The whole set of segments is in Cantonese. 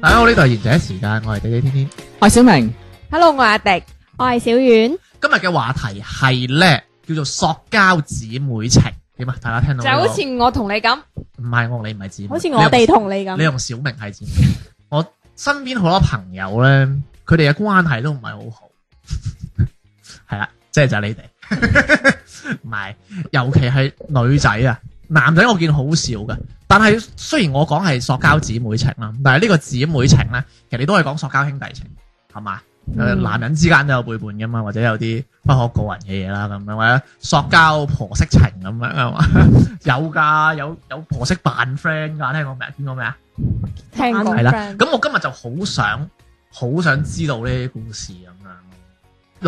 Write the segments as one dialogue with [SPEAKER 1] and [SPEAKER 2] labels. [SPEAKER 1] 大家好，呢度係賢者時間，我係地地天天。
[SPEAKER 2] 我係小明，
[SPEAKER 3] Hello，我係阿迪。
[SPEAKER 4] 我係小遠，
[SPEAKER 1] 今日嘅話題係咧，叫做塑膠姊妹情。點啊？大家聽到
[SPEAKER 3] 就好似我同你咁，
[SPEAKER 1] 唔係我你唔係姊妹，
[SPEAKER 4] 好似我哋同你
[SPEAKER 1] 你
[SPEAKER 4] 咁。
[SPEAKER 1] 用小明係姊妹。我身邊好多朋友咧，佢哋嘅關係都唔係好好，係啦，即係就係你哋，唔係，尤其係女仔啊，男仔我見好少嘅。但係雖然我講係塑膠姊妹情啦，但係呢個姊妹情咧，其實你都係講塑膠兄弟情，係嘛？誒、
[SPEAKER 4] 嗯
[SPEAKER 1] 男人之間都有背叛噶嘛，或者有啲不可告人嘅嘢啦，咁樣或者塑膠婆媳情咁樣啊嘛， 有㗎，有有婆媳扮 friend 㗎，聽過未？聽過未啊？
[SPEAKER 4] 聽過
[SPEAKER 1] 係啦，咁我今日就好想好想知道呢啲故事咁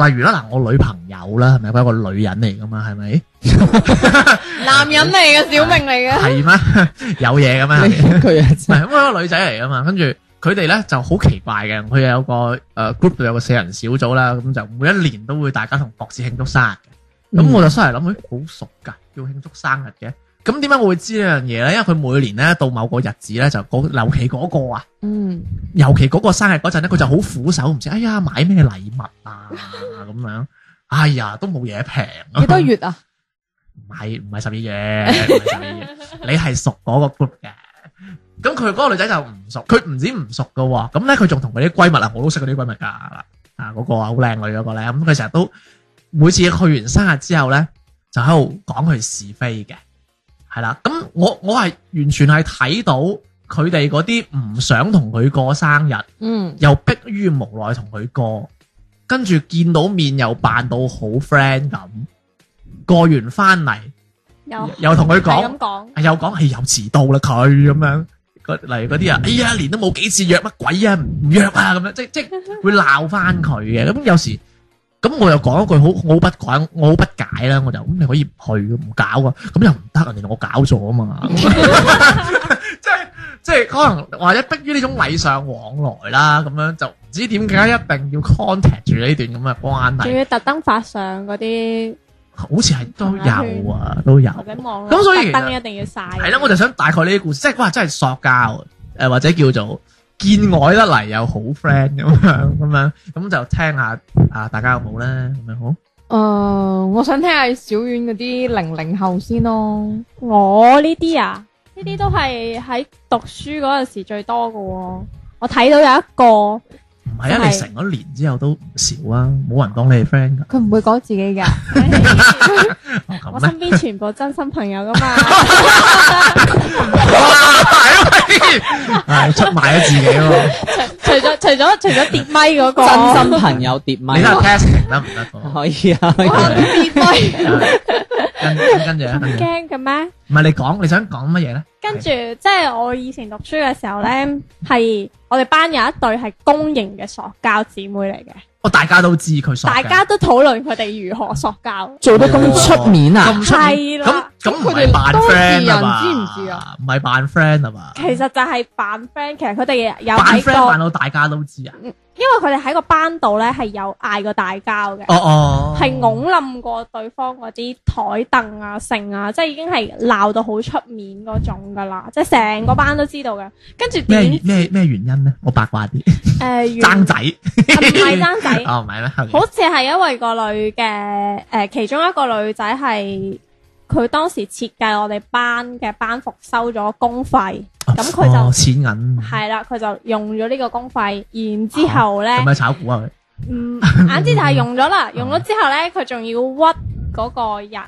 [SPEAKER 1] 樣。例如啦，嗱，我女朋友啦，係咪佢係一個女人嚟噶嘛？係咪？
[SPEAKER 3] 男人嚟嘅，小明嚟嘅。
[SPEAKER 1] 係咩？ 有嘢嘅咩？係咪
[SPEAKER 2] 佢啊
[SPEAKER 1] 唔係，咁佢一個女仔嚟噶嘛，跟住佢哋咧就好奇怪嘅，佢有個誒、呃 group 度有個四人小組啦，咁就每一年都會大家同博士慶祝生日嘅。咁、
[SPEAKER 2] 嗯
[SPEAKER 1] 我就心嚟諗，誒、好熟㗎，要慶祝生日嘅。咁點解我會知呢樣嘢咧？因為佢每年咧到某個日子咧，就嗰尤其嗰個啊，
[SPEAKER 3] 嗯，
[SPEAKER 1] 尤其嗰個生日嗰陣咧，佢就好苦手，唔知哎呀買咩禮物 啊咁樣，哎呀都冇嘢平啊。
[SPEAKER 3] 幾多月啊？
[SPEAKER 1] 唔係唔係十二月，唔係十二 月，你係熟嗰個 group 嘅。咁佢嗰個女仔就唔熟，佢唔止唔熟噶喎，咁咧佢仲同佢啲閨蜜啊，我都識嗰啲閨蜜㗎，啊嗰個啊好靚女嗰個咧，咁佢成日都每次去完生日之後咧，就喺度講佢是非嘅，係啦。咁我我係完全係睇到佢哋嗰啲唔想同佢過生日，
[SPEAKER 3] 嗯，
[SPEAKER 1] 又迫於無奈同佢過，跟住見到面又扮到好 friend 咁，過完翻嚟。
[SPEAKER 4] 又
[SPEAKER 1] 又同佢
[SPEAKER 4] 係
[SPEAKER 1] 講
[SPEAKER 4] 咁，講，
[SPEAKER 1] 啊又講係又遲到啦佢咁樣，嗰例如嗰啲啊，哎呀，連都冇幾次約乜鬼啊，唔約啊咁樣，即即會鬧翻佢嘅。咁有時咁我又講一句好我好不解，我好不解啦，我就嗯咁你可以唔去唔搞啊，咁又唔得，人哋同我搞咗啊嘛， 即係即係可能或者迫於呢種禮尚往來啦，咁樣就唔知點解一定要 contact 住呢段咁嘅關
[SPEAKER 4] 仲
[SPEAKER 1] 係，
[SPEAKER 4] 要特登發上嗰啲
[SPEAKER 1] 好似係都有啊，都有
[SPEAKER 4] 或。者網絡，
[SPEAKER 1] 咁所以其實
[SPEAKER 4] 特登一定要晒。
[SPEAKER 1] 係啦，我就想大概呢啲故事，即係哇，真係塑膠誒、或者叫做見外得嚟又好 friend 咁樣咁樣，咁就聽下啊，大家有冇咧咁樣好？
[SPEAKER 3] 誒，呃我想聽下小遠嗰啲零零後先咯。
[SPEAKER 4] 我呢啲啊，呢啲都係喺讀書嗰陣時最多嘅喎。我睇到有一個。
[SPEAKER 1] 唔係啊，
[SPEAKER 4] 係
[SPEAKER 1] 你成咗年之後都唔少啊，冇人講你係 friend 噶
[SPEAKER 3] 佢唔會講自己㗎。
[SPEAKER 1] 哦
[SPEAKER 4] 我
[SPEAKER 1] 咁
[SPEAKER 4] 身
[SPEAKER 1] 咧。
[SPEAKER 4] 邊全部真心朋友噶嘛，
[SPEAKER 1] 係哎出賣咗自己喎，
[SPEAKER 4] 除咗除咗除咗跌咪嗰個，
[SPEAKER 2] 真心朋友疊
[SPEAKER 1] 你
[SPEAKER 2] 米
[SPEAKER 1] 睇，下 testing 得唔得 喎？
[SPEAKER 2] 可以啊，可以啊
[SPEAKER 1] 跟跟跟住啊，跟住
[SPEAKER 4] 驚嘅咩？
[SPEAKER 1] 唔係你講你想講乜嘢咧？
[SPEAKER 4] 跟住即係我以前讀書嘅時候咧，係我哋班有一對係公營嘅塑膠姊妹嚟嘅，
[SPEAKER 1] 我哦大家都知佢傻
[SPEAKER 4] 大
[SPEAKER 1] 嘅，
[SPEAKER 4] 家都討論佢哋如何塑膠。
[SPEAKER 2] 做得咁出面啊，
[SPEAKER 1] 咁出面
[SPEAKER 4] 係啦
[SPEAKER 1] 咁咁唔
[SPEAKER 3] 咁佢
[SPEAKER 1] 係
[SPEAKER 3] 哋
[SPEAKER 1] 扮
[SPEAKER 3] 當事
[SPEAKER 1] friend 啊
[SPEAKER 3] 人
[SPEAKER 1] 嘛？
[SPEAKER 3] 知唔知啊？
[SPEAKER 1] 唔係扮 friend 啊嘛？
[SPEAKER 4] 其實就係扮 friend，其實佢哋有
[SPEAKER 1] 扮
[SPEAKER 4] 喺
[SPEAKER 1] friend
[SPEAKER 4] 個
[SPEAKER 1] 扮，到大家都知啊？
[SPEAKER 4] 因為佢哋喺個班度咧係有嗌過大交嘅。
[SPEAKER 1] 哦哦，
[SPEAKER 4] 係拱冧過對方嗰啲台凳啊、剩啊，即係已經係鬧到好出面嗰種噶啦，即係成個班都知道嘅。跟住
[SPEAKER 1] 咩
[SPEAKER 4] 點
[SPEAKER 1] 咩咩原因咧？我八卦啲，
[SPEAKER 4] 誒
[SPEAKER 1] 爭
[SPEAKER 4] 原
[SPEAKER 1] 仔
[SPEAKER 4] 啊唔係爭仔，
[SPEAKER 1] 哦，唔係咩？
[SPEAKER 4] 好似係因為個女嘅誒、其中一個女仔係佢當時設計我哋班嘅班服收咗公費，咁佢就
[SPEAKER 1] 哦錢銀
[SPEAKER 4] 係啦，佢就用咗呢個公費，然之後咧
[SPEAKER 1] 有，咩炒股啊？佢哦
[SPEAKER 4] 嗯，眼知就係用咗 啦，用咗之後咧，佢仲要屈嗰個人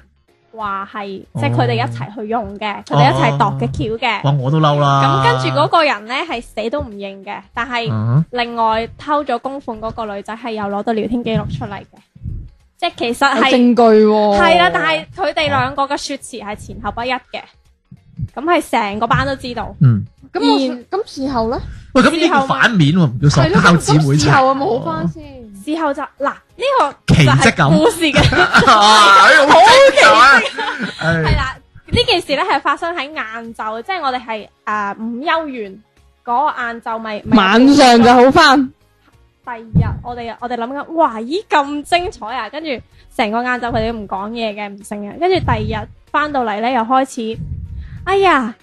[SPEAKER 4] 話係，
[SPEAKER 1] 哦
[SPEAKER 4] 即係佢哋一齊去用嘅，佢哋一齊度嘅橋嘅。
[SPEAKER 1] 哇，我都嬲
[SPEAKER 4] 咁
[SPEAKER 1] 啦！
[SPEAKER 4] 跟住嗰個人咧係死都唔認嘅，但係
[SPEAKER 1] 嗯
[SPEAKER 4] 另外偷咗公款嗰個女仔係有攞到聊天記錄出嚟嘅。即係其實
[SPEAKER 3] 有
[SPEAKER 4] 係
[SPEAKER 3] 證據喎。
[SPEAKER 4] 係啦，但係佢哋兩個嘅说辭係前後不一嘅，咁係成個班都知道。
[SPEAKER 1] 嗯，
[SPEAKER 3] 咁我想咁事後咧，
[SPEAKER 1] 喂，咁呢個反面喎，唔叫
[SPEAKER 3] 係
[SPEAKER 1] 十
[SPEAKER 3] 咯，
[SPEAKER 1] 炮
[SPEAKER 3] 咁
[SPEAKER 1] 姊妹
[SPEAKER 3] 咁事
[SPEAKER 1] 情，
[SPEAKER 3] 後有冇好翻先？
[SPEAKER 4] 之後就嗱呢、個
[SPEAKER 1] 奇
[SPEAKER 4] 就
[SPEAKER 1] 蹟
[SPEAKER 4] 係
[SPEAKER 1] 咁，
[SPEAKER 4] 故事 嘅
[SPEAKER 1] 啊哎好奇蹟啊！
[SPEAKER 4] 係
[SPEAKER 1] 唉
[SPEAKER 4] 啦，呢件事咧係發生喺晏晝，即係我哋係诶午休完嗰個晏晝咪咪有
[SPEAKER 3] 晚上就好翻，
[SPEAKER 4] 第二日我哋我哋諗緊，哇咦咁精彩啊！跟住成個晏晝佢哋都唔講嘢嘅，唔成嘅。跟住第二日翻到嚟咧，又開始，哎呀，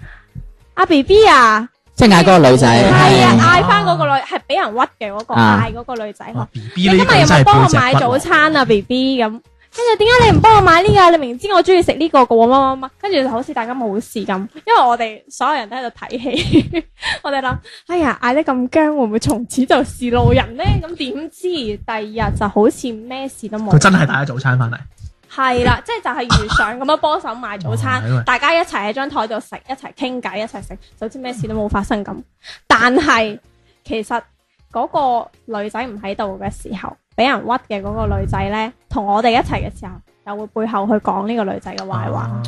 [SPEAKER 4] 阿 B B 啊，
[SPEAKER 2] 即係嗌嗰個女仔，
[SPEAKER 4] 係啊，
[SPEAKER 2] 係
[SPEAKER 4] 嗌翻嗰個女係俾人屈嘅嗰個，
[SPEAKER 2] 啊
[SPEAKER 4] 嗌嗰個女仔。
[SPEAKER 1] 哇，B
[SPEAKER 4] 你
[SPEAKER 1] B
[SPEAKER 4] 今日
[SPEAKER 1] 呢
[SPEAKER 4] 有
[SPEAKER 1] 個
[SPEAKER 4] 冇
[SPEAKER 1] 真係
[SPEAKER 4] 幫我
[SPEAKER 1] 背脊
[SPEAKER 4] 買
[SPEAKER 1] 骨
[SPEAKER 4] 早
[SPEAKER 1] 嚟
[SPEAKER 4] 餐啊，B B 咁？跟住點解你唔幫我買呢個？你明知我中意食呢個嘅喎，乜乜乜，跟住就好似大家冇事咁。因為我哋所有人都喺度睇戲， 我哋諗，哎呀，嗌得咁僵，會唔會從此就是路人呢？咁點知第二日就好似咩事都冇
[SPEAKER 1] 佢。真係帶咗早餐翻嚟，
[SPEAKER 4] 係啦，即係就係如常咁樣幫手買早餐
[SPEAKER 1] 哇哦因為，
[SPEAKER 4] 大家一齊喺張台度食，一齊傾偈，一齊食，就好似咩事都冇發生咁。但係其實嗰個女仔唔喺度嘅時候，俾人屈嘅嗰個女仔呢，同我哋一齊嘅時候，又會背後去講呢個女仔嘅壞話。
[SPEAKER 1] 啊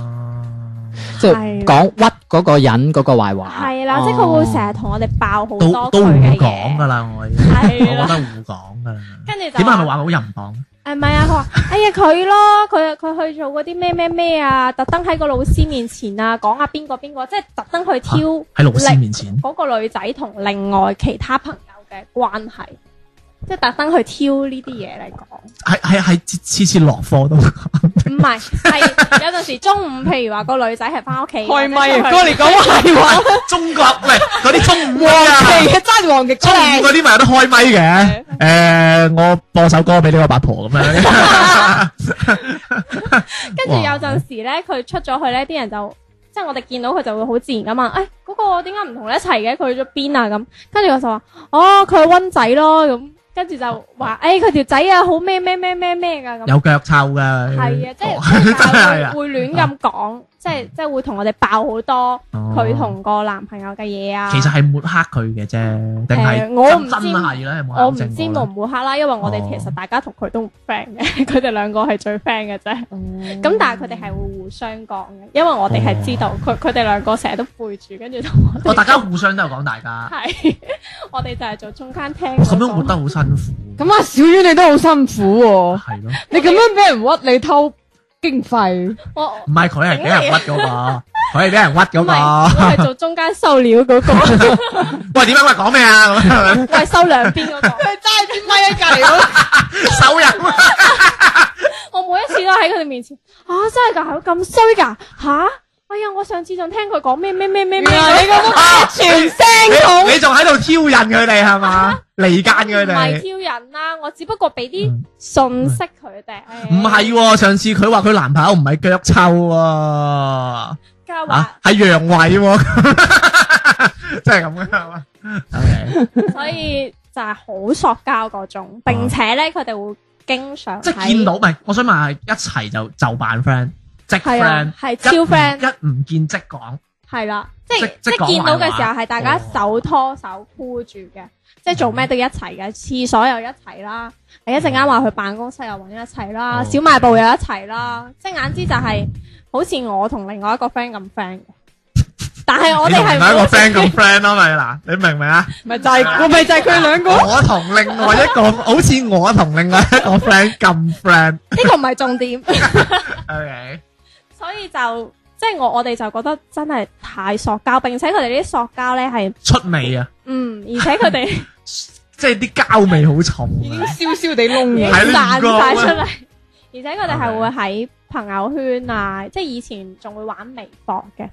[SPEAKER 2] 即係講屈嗰個人嗰個壞話。
[SPEAKER 4] 係啦，即係佢會成日同我哋爆好
[SPEAKER 1] 都
[SPEAKER 4] 多
[SPEAKER 1] 哦都
[SPEAKER 4] 佢
[SPEAKER 1] 互
[SPEAKER 4] 嘅
[SPEAKER 1] 講
[SPEAKER 4] 嘢
[SPEAKER 1] 噶，啦，我已經我
[SPEAKER 4] 係
[SPEAKER 1] 覺
[SPEAKER 4] 啦，
[SPEAKER 1] 得互講噶啦。
[SPEAKER 4] 跟住就
[SPEAKER 1] 點解係咪
[SPEAKER 4] 話
[SPEAKER 1] 話好淫蕩？
[SPEAKER 4] 誒唔係啊，佢話：哎呀佢咯，佢佢去做嗰啲咩咩咩啊，特登喺個老師面前啊講下邊個邊個，即係特登去挑
[SPEAKER 1] 啊喺老師面前，
[SPEAKER 4] 嗰個女仔同另外其他朋友嘅關係，即係特登去挑呢啲嘢嚟講。
[SPEAKER 1] 喺喺喺次次落 課都
[SPEAKER 4] 唔係，係有陣時中午，譬如話個女仔係翻屋企
[SPEAKER 3] 開咪啊
[SPEAKER 4] 或者出去
[SPEAKER 3] 哥你講壞話，
[SPEAKER 1] 中國喂嗰啲 中午
[SPEAKER 3] 黃
[SPEAKER 1] 啊，
[SPEAKER 3] 旗爭黃旗出
[SPEAKER 1] 中
[SPEAKER 3] 嚟
[SPEAKER 1] 午。嗰啲咪有得開咪嘅。 誒，我播首歌俾呢個八婆咁樣。
[SPEAKER 4] 跟住有陣時咧，佢出咗去咧，啲人就即係我哋見到佢就會好自然噶嘛。誒、嗰、個點解唔同你一齊嘅？佢去咗邊啊？咁跟住我就話：哦，佢係温仔咯。咁跟住就話：誒、佢條仔啊，好咩咩咩咩咩㗎咁。
[SPEAKER 1] 哦有腳臭噶，
[SPEAKER 4] 係啊，即係
[SPEAKER 1] 哦
[SPEAKER 4] 即
[SPEAKER 1] 真係
[SPEAKER 4] 係
[SPEAKER 1] 啊
[SPEAKER 4] 會會亂咁講，即係即係會同我哋爆好多
[SPEAKER 1] 哦
[SPEAKER 4] 佢同個男朋友嘅嘢啊。
[SPEAKER 1] 其實係抹黑佢嘅啫，定係
[SPEAKER 4] 誒我唔
[SPEAKER 1] 真
[SPEAKER 4] 知
[SPEAKER 1] 真係咧？有冇
[SPEAKER 4] 我
[SPEAKER 1] 考
[SPEAKER 4] 唔
[SPEAKER 1] 證
[SPEAKER 4] 知抹
[SPEAKER 1] 過呢
[SPEAKER 4] 唔抹黑啦，因為我哋
[SPEAKER 1] 啊哦
[SPEAKER 4] 其實大家同佢都唔 friend 嘅， 佢哋兩個係最 friend 嘅啫。咁但係佢哋係會互相講嘅，因為我哋係知道佢佢哋兩個成日都背住，跟住同我
[SPEAKER 1] 嗯哦，大
[SPEAKER 4] 哋
[SPEAKER 1] 家互相都有講大 家，哦
[SPEAKER 4] 係，我哋就係做中間聽
[SPEAKER 1] 咁
[SPEAKER 4] 嗰
[SPEAKER 1] 樣活
[SPEAKER 4] 個。
[SPEAKER 1] 得好辛苦。
[SPEAKER 3] 咁啊，小婉你都好辛苦喎，
[SPEAKER 1] 係咯，
[SPEAKER 3] 你咁樣俾人屈，你偷經費，
[SPEAKER 4] 我我
[SPEAKER 1] 唔係佢係俾人屈嗰 個，佢係俾人屈
[SPEAKER 4] 唔係
[SPEAKER 1] 嗰個。
[SPEAKER 4] 我係做中間收料嗰個，
[SPEAKER 1] 喂，點解喂講咩啊？咁樣係咪
[SPEAKER 4] 我係收兩邊嗰個。
[SPEAKER 3] 佢揸住咪喺隔離嗰
[SPEAKER 1] 手淫啊
[SPEAKER 4] 我每一次都喺佢哋面前啊，真係㗎，咁衰㗎吓！哎呀，我上次仲聽佢講咩咩咩咩咩，
[SPEAKER 3] 你個
[SPEAKER 1] 啊！
[SPEAKER 3] 全聲
[SPEAKER 1] 你你仲喺度挑釁佢哋 係嘛？離間佢
[SPEAKER 4] 唔係
[SPEAKER 1] 哋。嗯
[SPEAKER 4] 挑人啦，我只不過俾啲信息佢哋。
[SPEAKER 1] 唔係喎，上次佢話佢男朋友唔係腳臭喎，
[SPEAKER 4] 梗係話
[SPEAKER 1] 啊，係陽痿喎， 真係咁嘅係嘛？OK，
[SPEAKER 4] 所以就係好塑膠嗰種，並且咧佢哋會經常
[SPEAKER 1] 即係見到，唔係，我想問下，一齊就就扮 friend，即
[SPEAKER 4] 係
[SPEAKER 1] friend，
[SPEAKER 4] 啊，係超
[SPEAKER 1] 一唔
[SPEAKER 4] friend，
[SPEAKER 1] 一唔見即講，
[SPEAKER 4] 係啦，即係
[SPEAKER 1] 即
[SPEAKER 4] 即
[SPEAKER 1] 即講
[SPEAKER 4] 係見到嘅時候
[SPEAKER 1] 壞話
[SPEAKER 4] 係大家
[SPEAKER 1] 哦嗯
[SPEAKER 4] 手拖手箍住嘅，即係做咩都一齊嘅，廁所又一齊啦，你一陣間話去辦公室又揾一齊啦，
[SPEAKER 1] 哦
[SPEAKER 4] 小賣部又一齊啦，即係眼知就係好似我同另外一個 friend 咁 friend 嘅，但係我
[SPEAKER 1] 你
[SPEAKER 4] 哋
[SPEAKER 1] 同
[SPEAKER 4] 係
[SPEAKER 1] 另外一啊個 friend 咁 friend 咯，咪嗱，你明唔明啊？
[SPEAKER 3] 咪就係我咪就係佢兩個。
[SPEAKER 1] 我同另外一個，好似我同另外一個 friend 咁 friend。
[SPEAKER 4] 呢個唔係重點。
[SPEAKER 1] OK，
[SPEAKER 4] 所以就即系我我哋就覺得真係太塑膠，並且佢哋啲塑膠咧係
[SPEAKER 1] 出味啊！
[SPEAKER 4] 嗯，而且佢哋
[SPEAKER 1] 即係啲膠味好重
[SPEAKER 3] 已經
[SPEAKER 1] 啊！
[SPEAKER 3] 燒燒地窿嘅，
[SPEAKER 1] 係你唔
[SPEAKER 4] 散
[SPEAKER 1] 覺
[SPEAKER 4] 晒
[SPEAKER 1] 咩
[SPEAKER 4] 出嚟， 而且佢哋係會喺朋友圈啊，即係以前仲會玩微博嘅，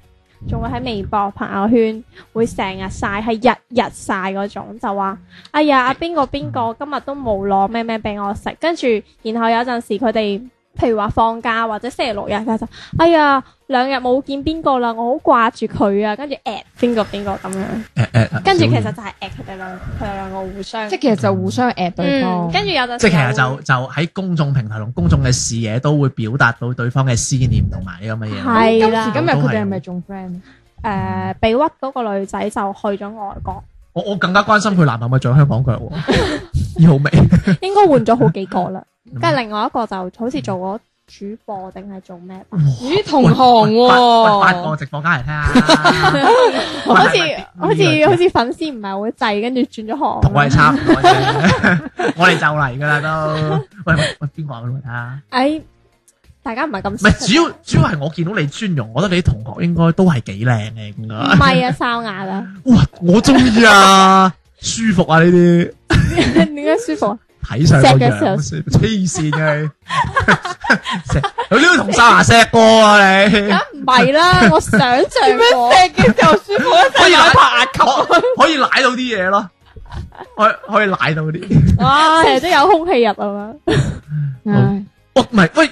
[SPEAKER 4] 仲會喺微博朋友圈會成日晒，係日日晒嗰種，就話哎呀阿邊個邊個今日都冇攞咩咩俾我食，跟住然後有陣時佢哋。譬如話放假或者星期六日，佢就哎呀兩日冇見邊個啦，我好掛住佢啊，跟住 at 邊個邊個咁樣。
[SPEAKER 1] 誒誒
[SPEAKER 4] 跟住其實就係 at 佢哋兩佢哋兩個互相，
[SPEAKER 3] 即係其實就互相 at
[SPEAKER 4] 嗯，
[SPEAKER 3] 對方。
[SPEAKER 4] 跟住有陣
[SPEAKER 1] 即係其實
[SPEAKER 4] 係
[SPEAKER 1] 就就喺公眾平台同公眾嘅視野都會表達到對方嘅思念同埋呢咁嘅嘢。
[SPEAKER 4] 係
[SPEAKER 3] 今
[SPEAKER 4] 啦呃
[SPEAKER 3] 時今日佢哋係咪仲 friend？
[SPEAKER 4] 誒被屈嗰個女仔就去咗外國，
[SPEAKER 1] 我我更加關心佢男朋友咪着香港腳喎， 醫好未？
[SPEAKER 4] 應該換咗好幾個啦。
[SPEAKER 1] 嗯
[SPEAKER 4] 跟住另外一個就好似做咗主播定係做咩？
[SPEAKER 3] 咦，同行
[SPEAKER 1] 喂喂發個
[SPEAKER 3] 喎，
[SPEAKER 1] 直播間嚟聽啊！喂
[SPEAKER 4] 好似
[SPEAKER 1] 喂喂
[SPEAKER 4] 好
[SPEAKER 1] 呢
[SPEAKER 4] 似
[SPEAKER 1] 個
[SPEAKER 4] 好似粉絲唔係好制，跟住轉咗行。
[SPEAKER 1] 同我哋差唔多啫，我哋就嚟噶啦都。喂喂喂，邊個啊？喂啊！
[SPEAKER 4] 誒，哎大家唔係咁
[SPEAKER 1] 唔係
[SPEAKER 4] 識
[SPEAKER 1] 主要主要係我見到你尊容，我覺得你啲同學應該都係幾靚嘅應該。
[SPEAKER 4] 唔係啊，哨牙 啦，
[SPEAKER 1] 哇！我中意 啊，舒服啊呢啲，
[SPEAKER 4] 點解舒服啊？
[SPEAKER 1] 睇上個
[SPEAKER 4] 錫嘅時候
[SPEAKER 1] 樣舒服黐線嘅你， 錫有呢個同沙牙錫過啊你。
[SPEAKER 4] 梗唔係啦， 我想像過。
[SPEAKER 3] 錫嘅時候舒服，一
[SPEAKER 1] 可以
[SPEAKER 3] 陣
[SPEAKER 1] 舐
[SPEAKER 3] 奶拍牙球，
[SPEAKER 1] 可可以舐到啲嘢咯，可以可以舐到啲。
[SPEAKER 4] 哇，成日都有空氣入啊嘛，
[SPEAKER 3] 唉
[SPEAKER 1] 哇，唔係，喂，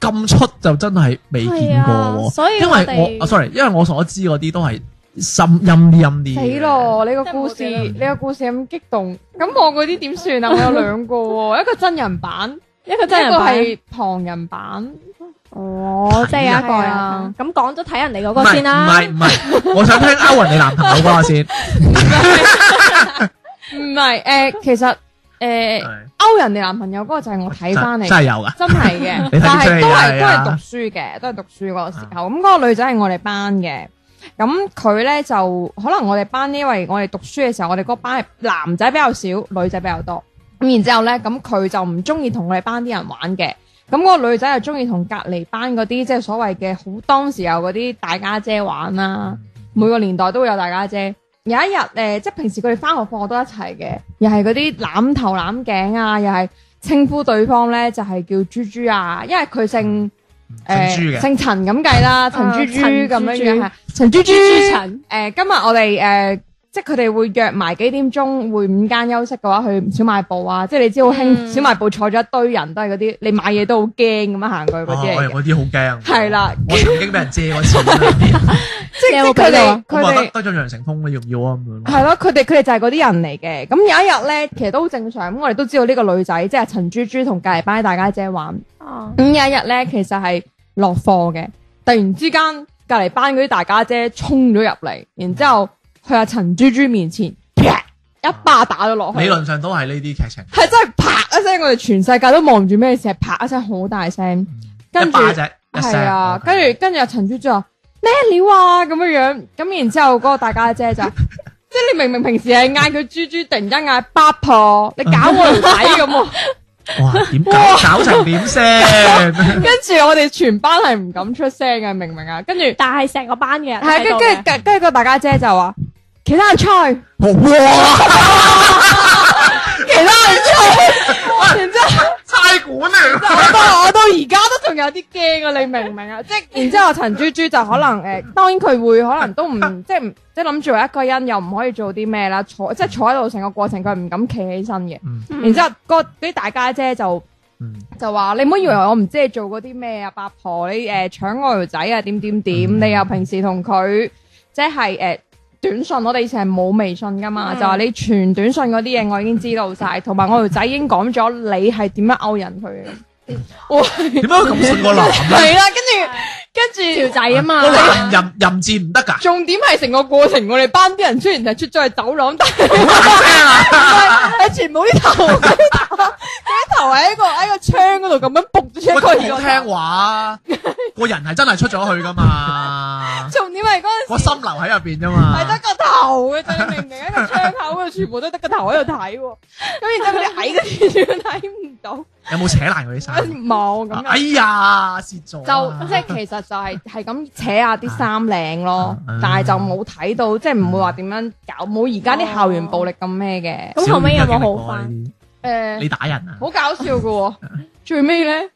[SPEAKER 1] 咁出就真係未見
[SPEAKER 4] 係
[SPEAKER 1] 過
[SPEAKER 4] 啊
[SPEAKER 1] 喎。
[SPEAKER 4] 所以
[SPEAKER 1] 因
[SPEAKER 4] 我
[SPEAKER 1] 為
[SPEAKER 4] 哋
[SPEAKER 1] 我啊，sorry，因為我所知嗰啲都係深陰啲陰啲嘅。
[SPEAKER 3] 死咯！你個故事，
[SPEAKER 4] 真係冇計
[SPEAKER 3] 你個故事咁激動，咁我嗰啲點 算啊？我有兩個喎，一個真人版，
[SPEAKER 4] 一個
[SPEAKER 3] 一個
[SPEAKER 4] 真人版
[SPEAKER 3] 係旁人版。
[SPEAKER 4] 哦，即係有一個
[SPEAKER 3] 係啊
[SPEAKER 4] 啊。咁講咗睇人哋嗰
[SPEAKER 1] 唔
[SPEAKER 4] 個
[SPEAKER 1] 係
[SPEAKER 4] 先啦。
[SPEAKER 1] 唔係唔係，我想聽歐雲你男朋友嗰個 先。
[SPEAKER 3] 唔係誒，其實
[SPEAKER 1] 係
[SPEAKER 3] 誒勾人哋男朋友嗰個就係我睇翻嚟
[SPEAKER 1] 真真係有噶。，
[SPEAKER 3] 真係嘅
[SPEAKER 1] 啊 你睇得出
[SPEAKER 3] 但
[SPEAKER 1] 嚟㗎
[SPEAKER 3] 係都係都
[SPEAKER 1] 係啊
[SPEAKER 3] 係讀書嘅，都係讀書嗰個時候。咁嗰個女仔係我哋班嘅，咁佢咧就可能我哋班，因為我哋讀書嘅時候，我哋嗰個班係男仔比較少，女仔比較多。咁然之後咧，咁佢就唔中意同我哋班啲人玩嘅。咁嗰個女仔又中意同隔離班嗰啲，即係所謂嘅好當時候嗰啲大家姐玩啦。
[SPEAKER 1] 嗯
[SPEAKER 3] 每個年代都會有大家姐。有一日誒、呃即係平時佢哋翻學放學都一齊嘅，又係嗰啲攬頭攬頸啊，又係稱呼對方咧就係、叫豬豬啊，因為佢姓
[SPEAKER 1] 嗯姓朱
[SPEAKER 3] 誒
[SPEAKER 1] 嘅，
[SPEAKER 3] 姓陳咁計啦，陳豬豬
[SPEAKER 4] 陳
[SPEAKER 3] 咁啊
[SPEAKER 4] 豬
[SPEAKER 3] 樣樣
[SPEAKER 4] 豬
[SPEAKER 3] 係陳豬
[SPEAKER 4] 豬豬
[SPEAKER 3] 豬。
[SPEAKER 4] 陳，
[SPEAKER 3] 誒，呃今日我哋誒，即係佢哋會約埋幾點鐘會午間休息嘅話，去小賣部啊，即係你知好興
[SPEAKER 4] 嗯
[SPEAKER 3] 小賣部坐咗一堆人都係嗰啲，你買嘢都好驚咁樣啊行過去嗰
[SPEAKER 1] 哦
[SPEAKER 3] 啲嚟
[SPEAKER 1] 喂
[SPEAKER 3] 嘅，
[SPEAKER 1] 我啲好驚。
[SPEAKER 3] 係啦，
[SPEAKER 1] 我曾經俾人借過錢啊，
[SPEAKER 3] 即
[SPEAKER 4] 你
[SPEAKER 3] 係
[SPEAKER 4] 有冇
[SPEAKER 3] 即係
[SPEAKER 4] 俾
[SPEAKER 3] 佢
[SPEAKER 4] 到
[SPEAKER 3] 哋
[SPEAKER 4] 啊
[SPEAKER 1] 我
[SPEAKER 3] 佢
[SPEAKER 1] 話
[SPEAKER 3] 哋
[SPEAKER 1] 得。得咗楊成風，你要唔要啊？咁樣咯。
[SPEAKER 3] 係咯，佢哋佢哋就係嗰啲人嚟嘅。咁有一日咧，其實都好正常。咁我哋都知道呢個女仔，即係陳珠珠同隔離班大家姐玩。
[SPEAKER 4] 哦，
[SPEAKER 3] 咁有一日咧，其實係落課嘅，突然之間隔離班嗰啲大家姐衝咗入嚟，然之後去阿陳珠珠面前，啪一巴打咗落去。
[SPEAKER 1] 理論上都係呢啲劇情，
[SPEAKER 3] 係真係啪一聲，我哋全世界都望住咩事，係啪一聲好大聲，跟
[SPEAKER 1] 一
[SPEAKER 3] 住
[SPEAKER 1] 巴啫，一聲
[SPEAKER 3] 係啊，
[SPEAKER 1] OK
[SPEAKER 3] 跟住跟住阿陳珠珠話咩料啊咁樣樣，咁然之後嗰個大家姐就話即係你明明平時係嗌佢豬豬，突然間嗌八婆，你搞我條仔咁喎，
[SPEAKER 1] 哇點搞搞成點先？
[SPEAKER 3] 跟住我哋全班係唔敢出聲嘅，明唔明啊？跟 住係
[SPEAKER 4] 但係成個班嘅人
[SPEAKER 3] 啊
[SPEAKER 4] 喺
[SPEAKER 3] 跟
[SPEAKER 4] 度
[SPEAKER 3] 跟
[SPEAKER 4] 嘅。
[SPEAKER 3] 住跟住個大家姐就話其他人出去，
[SPEAKER 1] 哇！
[SPEAKER 3] 其他人出去，然之後。
[SPEAKER 1] 差館啊嚟，
[SPEAKER 3] 我到我到而家都仲有啲驚啊！你明唔明啊？即係 然之後，陳珠珠就可能誒、呃，當然佢會可能都唔 即係唔即係諗住一個人又唔可以做啲咩啦，坐即係坐喺度成個過程佢唔敢企起身嘅。
[SPEAKER 1] 嗯
[SPEAKER 3] 然之後嗰嗰啲大家姐就
[SPEAKER 1] 嗯
[SPEAKER 3] 就話：你唔好以為我唔知你做過啲咩啊，八婆你誒、呃、搶我條仔啊，點點點，
[SPEAKER 1] 嗯
[SPEAKER 3] 你又平時同佢即係誒。呃短信我哋以前係冇微信噶嘛，
[SPEAKER 4] 嗯
[SPEAKER 3] 就話你傳短信嗰啲嘢我已經知道晒，同埋我條仔已經講咗你係點樣勾引佢嘅。
[SPEAKER 1] 點解佢咁信個男咧？
[SPEAKER 3] 系啦，跟住跟
[SPEAKER 4] 條
[SPEAKER 3] 住
[SPEAKER 4] 仔啊嘛
[SPEAKER 1] 個，男淫淫賤唔得㗎，
[SPEAKER 3] 重點係成個過程，我哋班啲人雖然係出咗去走廊，但係
[SPEAKER 1] 啊
[SPEAKER 3] 係全部啲頭啲頭啲頭喺一個喺個窗嗰度咁樣仆
[SPEAKER 1] 喂，
[SPEAKER 3] 咗出
[SPEAKER 1] 佢
[SPEAKER 3] 去
[SPEAKER 1] 好聽話，啊個人係真係出咗去㗎嘛，
[SPEAKER 3] 重點係嗰
[SPEAKER 1] 個
[SPEAKER 3] 陣時
[SPEAKER 1] 心留喺入邊啫
[SPEAKER 3] 係得
[SPEAKER 1] 嘛。
[SPEAKER 3] 個頭嘅啫，你明唔明？喺個窗口嗰度全部都得個頭喺度睇喎，咁然之後佢哋矮嘅完全睇唔到，
[SPEAKER 1] 有冇扯爛佢啲衫？
[SPEAKER 3] 冇 咁
[SPEAKER 1] 哎
[SPEAKER 3] 樣。
[SPEAKER 1] 呀，蝕咗啊。
[SPEAKER 3] 就即係其實就係係咁扯下啲衫領咯
[SPEAKER 1] 啊，
[SPEAKER 3] 但係就冇睇到，即係唔會話點樣搞，冇而家啲校園暴力咁咩嘅。
[SPEAKER 4] 咁後尾有冇好翻？
[SPEAKER 3] 誒
[SPEAKER 1] 你打人啊？
[SPEAKER 3] 好搞笑 嘅喎，最尾咧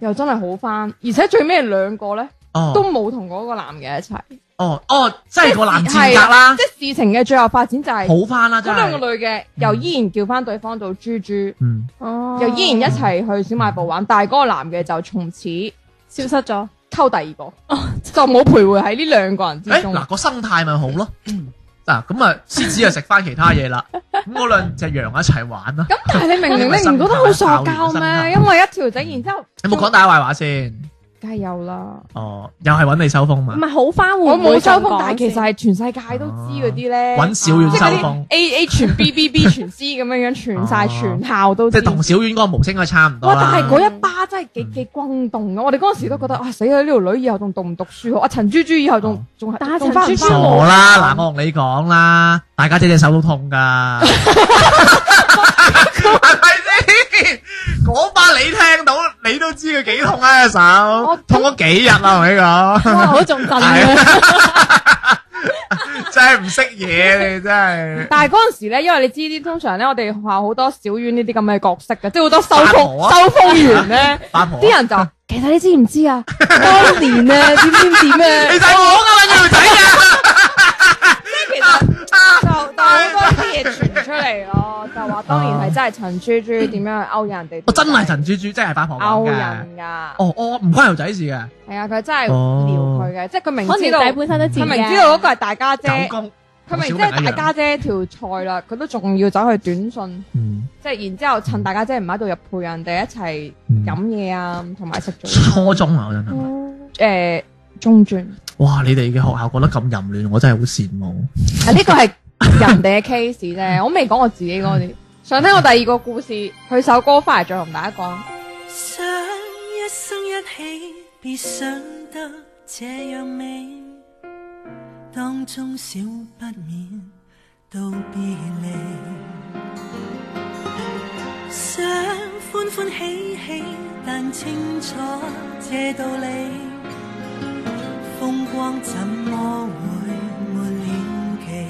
[SPEAKER 3] 又真係好翻，而且最尾兩個咧都
[SPEAKER 1] 哦
[SPEAKER 3] 冇同嗰個男嘅一齊，
[SPEAKER 1] 哦哦，即係個男賤格啦，
[SPEAKER 3] 即係事情嘅最後發展就係
[SPEAKER 1] 好翻啦，真
[SPEAKER 3] 嗰兩
[SPEAKER 1] 係。
[SPEAKER 3] 個女嘅又依然叫翻對方做豬豬，
[SPEAKER 1] 嗯，
[SPEAKER 4] 哦
[SPEAKER 3] 又依然一齊去小賣部玩，但係嗰個男嘅就從此溝
[SPEAKER 4] 消失咗。
[SPEAKER 3] 第二個，
[SPEAKER 4] 哦
[SPEAKER 3] 就冇徘徊喺呢兩個人之
[SPEAKER 1] 誒
[SPEAKER 3] 中。
[SPEAKER 1] 嗱個生態咪好咯。
[SPEAKER 3] 嗯
[SPEAKER 1] 嗱咁啊，獅子啊食翻其他嘢 啦，咁嗰兩隻羊一齊玩啦。
[SPEAKER 3] 咁但係你明明你唔覺得好傻交咩？因為一條仔，然之後
[SPEAKER 1] 有
[SPEAKER 3] 嗯
[SPEAKER 1] 冇講大家壞話先？
[SPEAKER 3] 梗係有啦。
[SPEAKER 1] 哦，又係揾你收風嘛
[SPEAKER 4] 唔，係好花會
[SPEAKER 3] 我
[SPEAKER 4] 唔會
[SPEAKER 3] 冇收
[SPEAKER 4] 仲
[SPEAKER 3] 風，
[SPEAKER 4] 講
[SPEAKER 3] 但係其實
[SPEAKER 4] 先
[SPEAKER 3] 係全世界都知嗰啲咧，
[SPEAKER 1] 揾小院
[SPEAKER 3] 即
[SPEAKER 1] 收
[SPEAKER 3] 係嗰啲
[SPEAKER 1] 風，
[SPEAKER 3] A A 全 B B B 全 C 咁樣 樣，全晒
[SPEAKER 1] 哦
[SPEAKER 3] 全校都
[SPEAKER 1] 即
[SPEAKER 3] 知
[SPEAKER 1] 係。同小院嗰個模式應該差唔多
[SPEAKER 3] 哇！
[SPEAKER 1] 啦。嗯
[SPEAKER 3] 但係嗰一巴真係幾幾轟動嘅，我哋嗰陣時都覺得啊死啦！呢條女以後仲讀唔讀書好？啊陳珠珠以後
[SPEAKER 1] 哦
[SPEAKER 3] 仲仲
[SPEAKER 4] 但係
[SPEAKER 3] 仲返唔
[SPEAKER 4] 陳珠珠
[SPEAKER 3] 返學
[SPEAKER 1] 傻啦，嗱，我同你講啦，大家姐隻手都痛噶，係咪先？嗰巴你聽到，你都知佢幾痛啊隻手
[SPEAKER 3] 我，
[SPEAKER 1] 痛咗幾日啦，同你
[SPEAKER 4] 哇我仲震
[SPEAKER 1] 係
[SPEAKER 4] 嘅，
[SPEAKER 1] 講，真係唔識嘢，你真係。
[SPEAKER 3] 但係嗰陣時咧，因為你知啲通常咧，我哋學校好多小院呢啲咁嘅角色嘅，即係好多收
[SPEAKER 1] 八婆
[SPEAKER 3] 風
[SPEAKER 1] 啊
[SPEAKER 3] 收風員咧，
[SPEAKER 1] 八婆，
[SPEAKER 3] 啲人就其實你知唔知啊？當年咧點點點
[SPEAKER 1] 你
[SPEAKER 3] 咧，
[SPEAKER 1] 使我噶啦，條仔啊！
[SPEAKER 3] 其實就就好多呢啲嘢傳出嚟咯，就話當然係真係陳珠珠點樣去勾引人哋，
[SPEAKER 1] 我真係陳珠珠，真係八婆
[SPEAKER 3] 勾
[SPEAKER 1] 講
[SPEAKER 3] 人
[SPEAKER 1] 嘅。
[SPEAKER 3] 㗎，
[SPEAKER 1] 哦，我唔關條仔事嘅，
[SPEAKER 3] 係啊，佢真係撩佢嘅，即係佢明
[SPEAKER 4] 可能
[SPEAKER 3] 知道
[SPEAKER 4] 仔本身都知
[SPEAKER 3] 佢
[SPEAKER 4] 嘅，
[SPEAKER 3] 明知道嗰個係大家姐，
[SPEAKER 1] 狗公。
[SPEAKER 3] 佢明知係大家姐條菜啦，佢都仲要走去短信，
[SPEAKER 1] 嗯，
[SPEAKER 3] 即係然之後趁大家姐唔喺度又陪人哋一齊
[SPEAKER 1] 嗯
[SPEAKER 3] 飲嘢啊，同埋食早餐。
[SPEAKER 1] 初中啊，我真係。
[SPEAKER 3] 誒中轉啊，
[SPEAKER 1] 哇！你哋嘅學校覺得咁淫亂，我真係好羨慕。
[SPEAKER 3] 啊呢個係人哋嘅 case 啫，我未講我自己嗰啲。想聽我第二個故事，佢首歌翻嚟再同大家講。
[SPEAKER 5] 想一生一起，別想得這樣美。當中少不免都別離。想歡歡喜喜，但清楚這道理。風光怎麼會沒了期？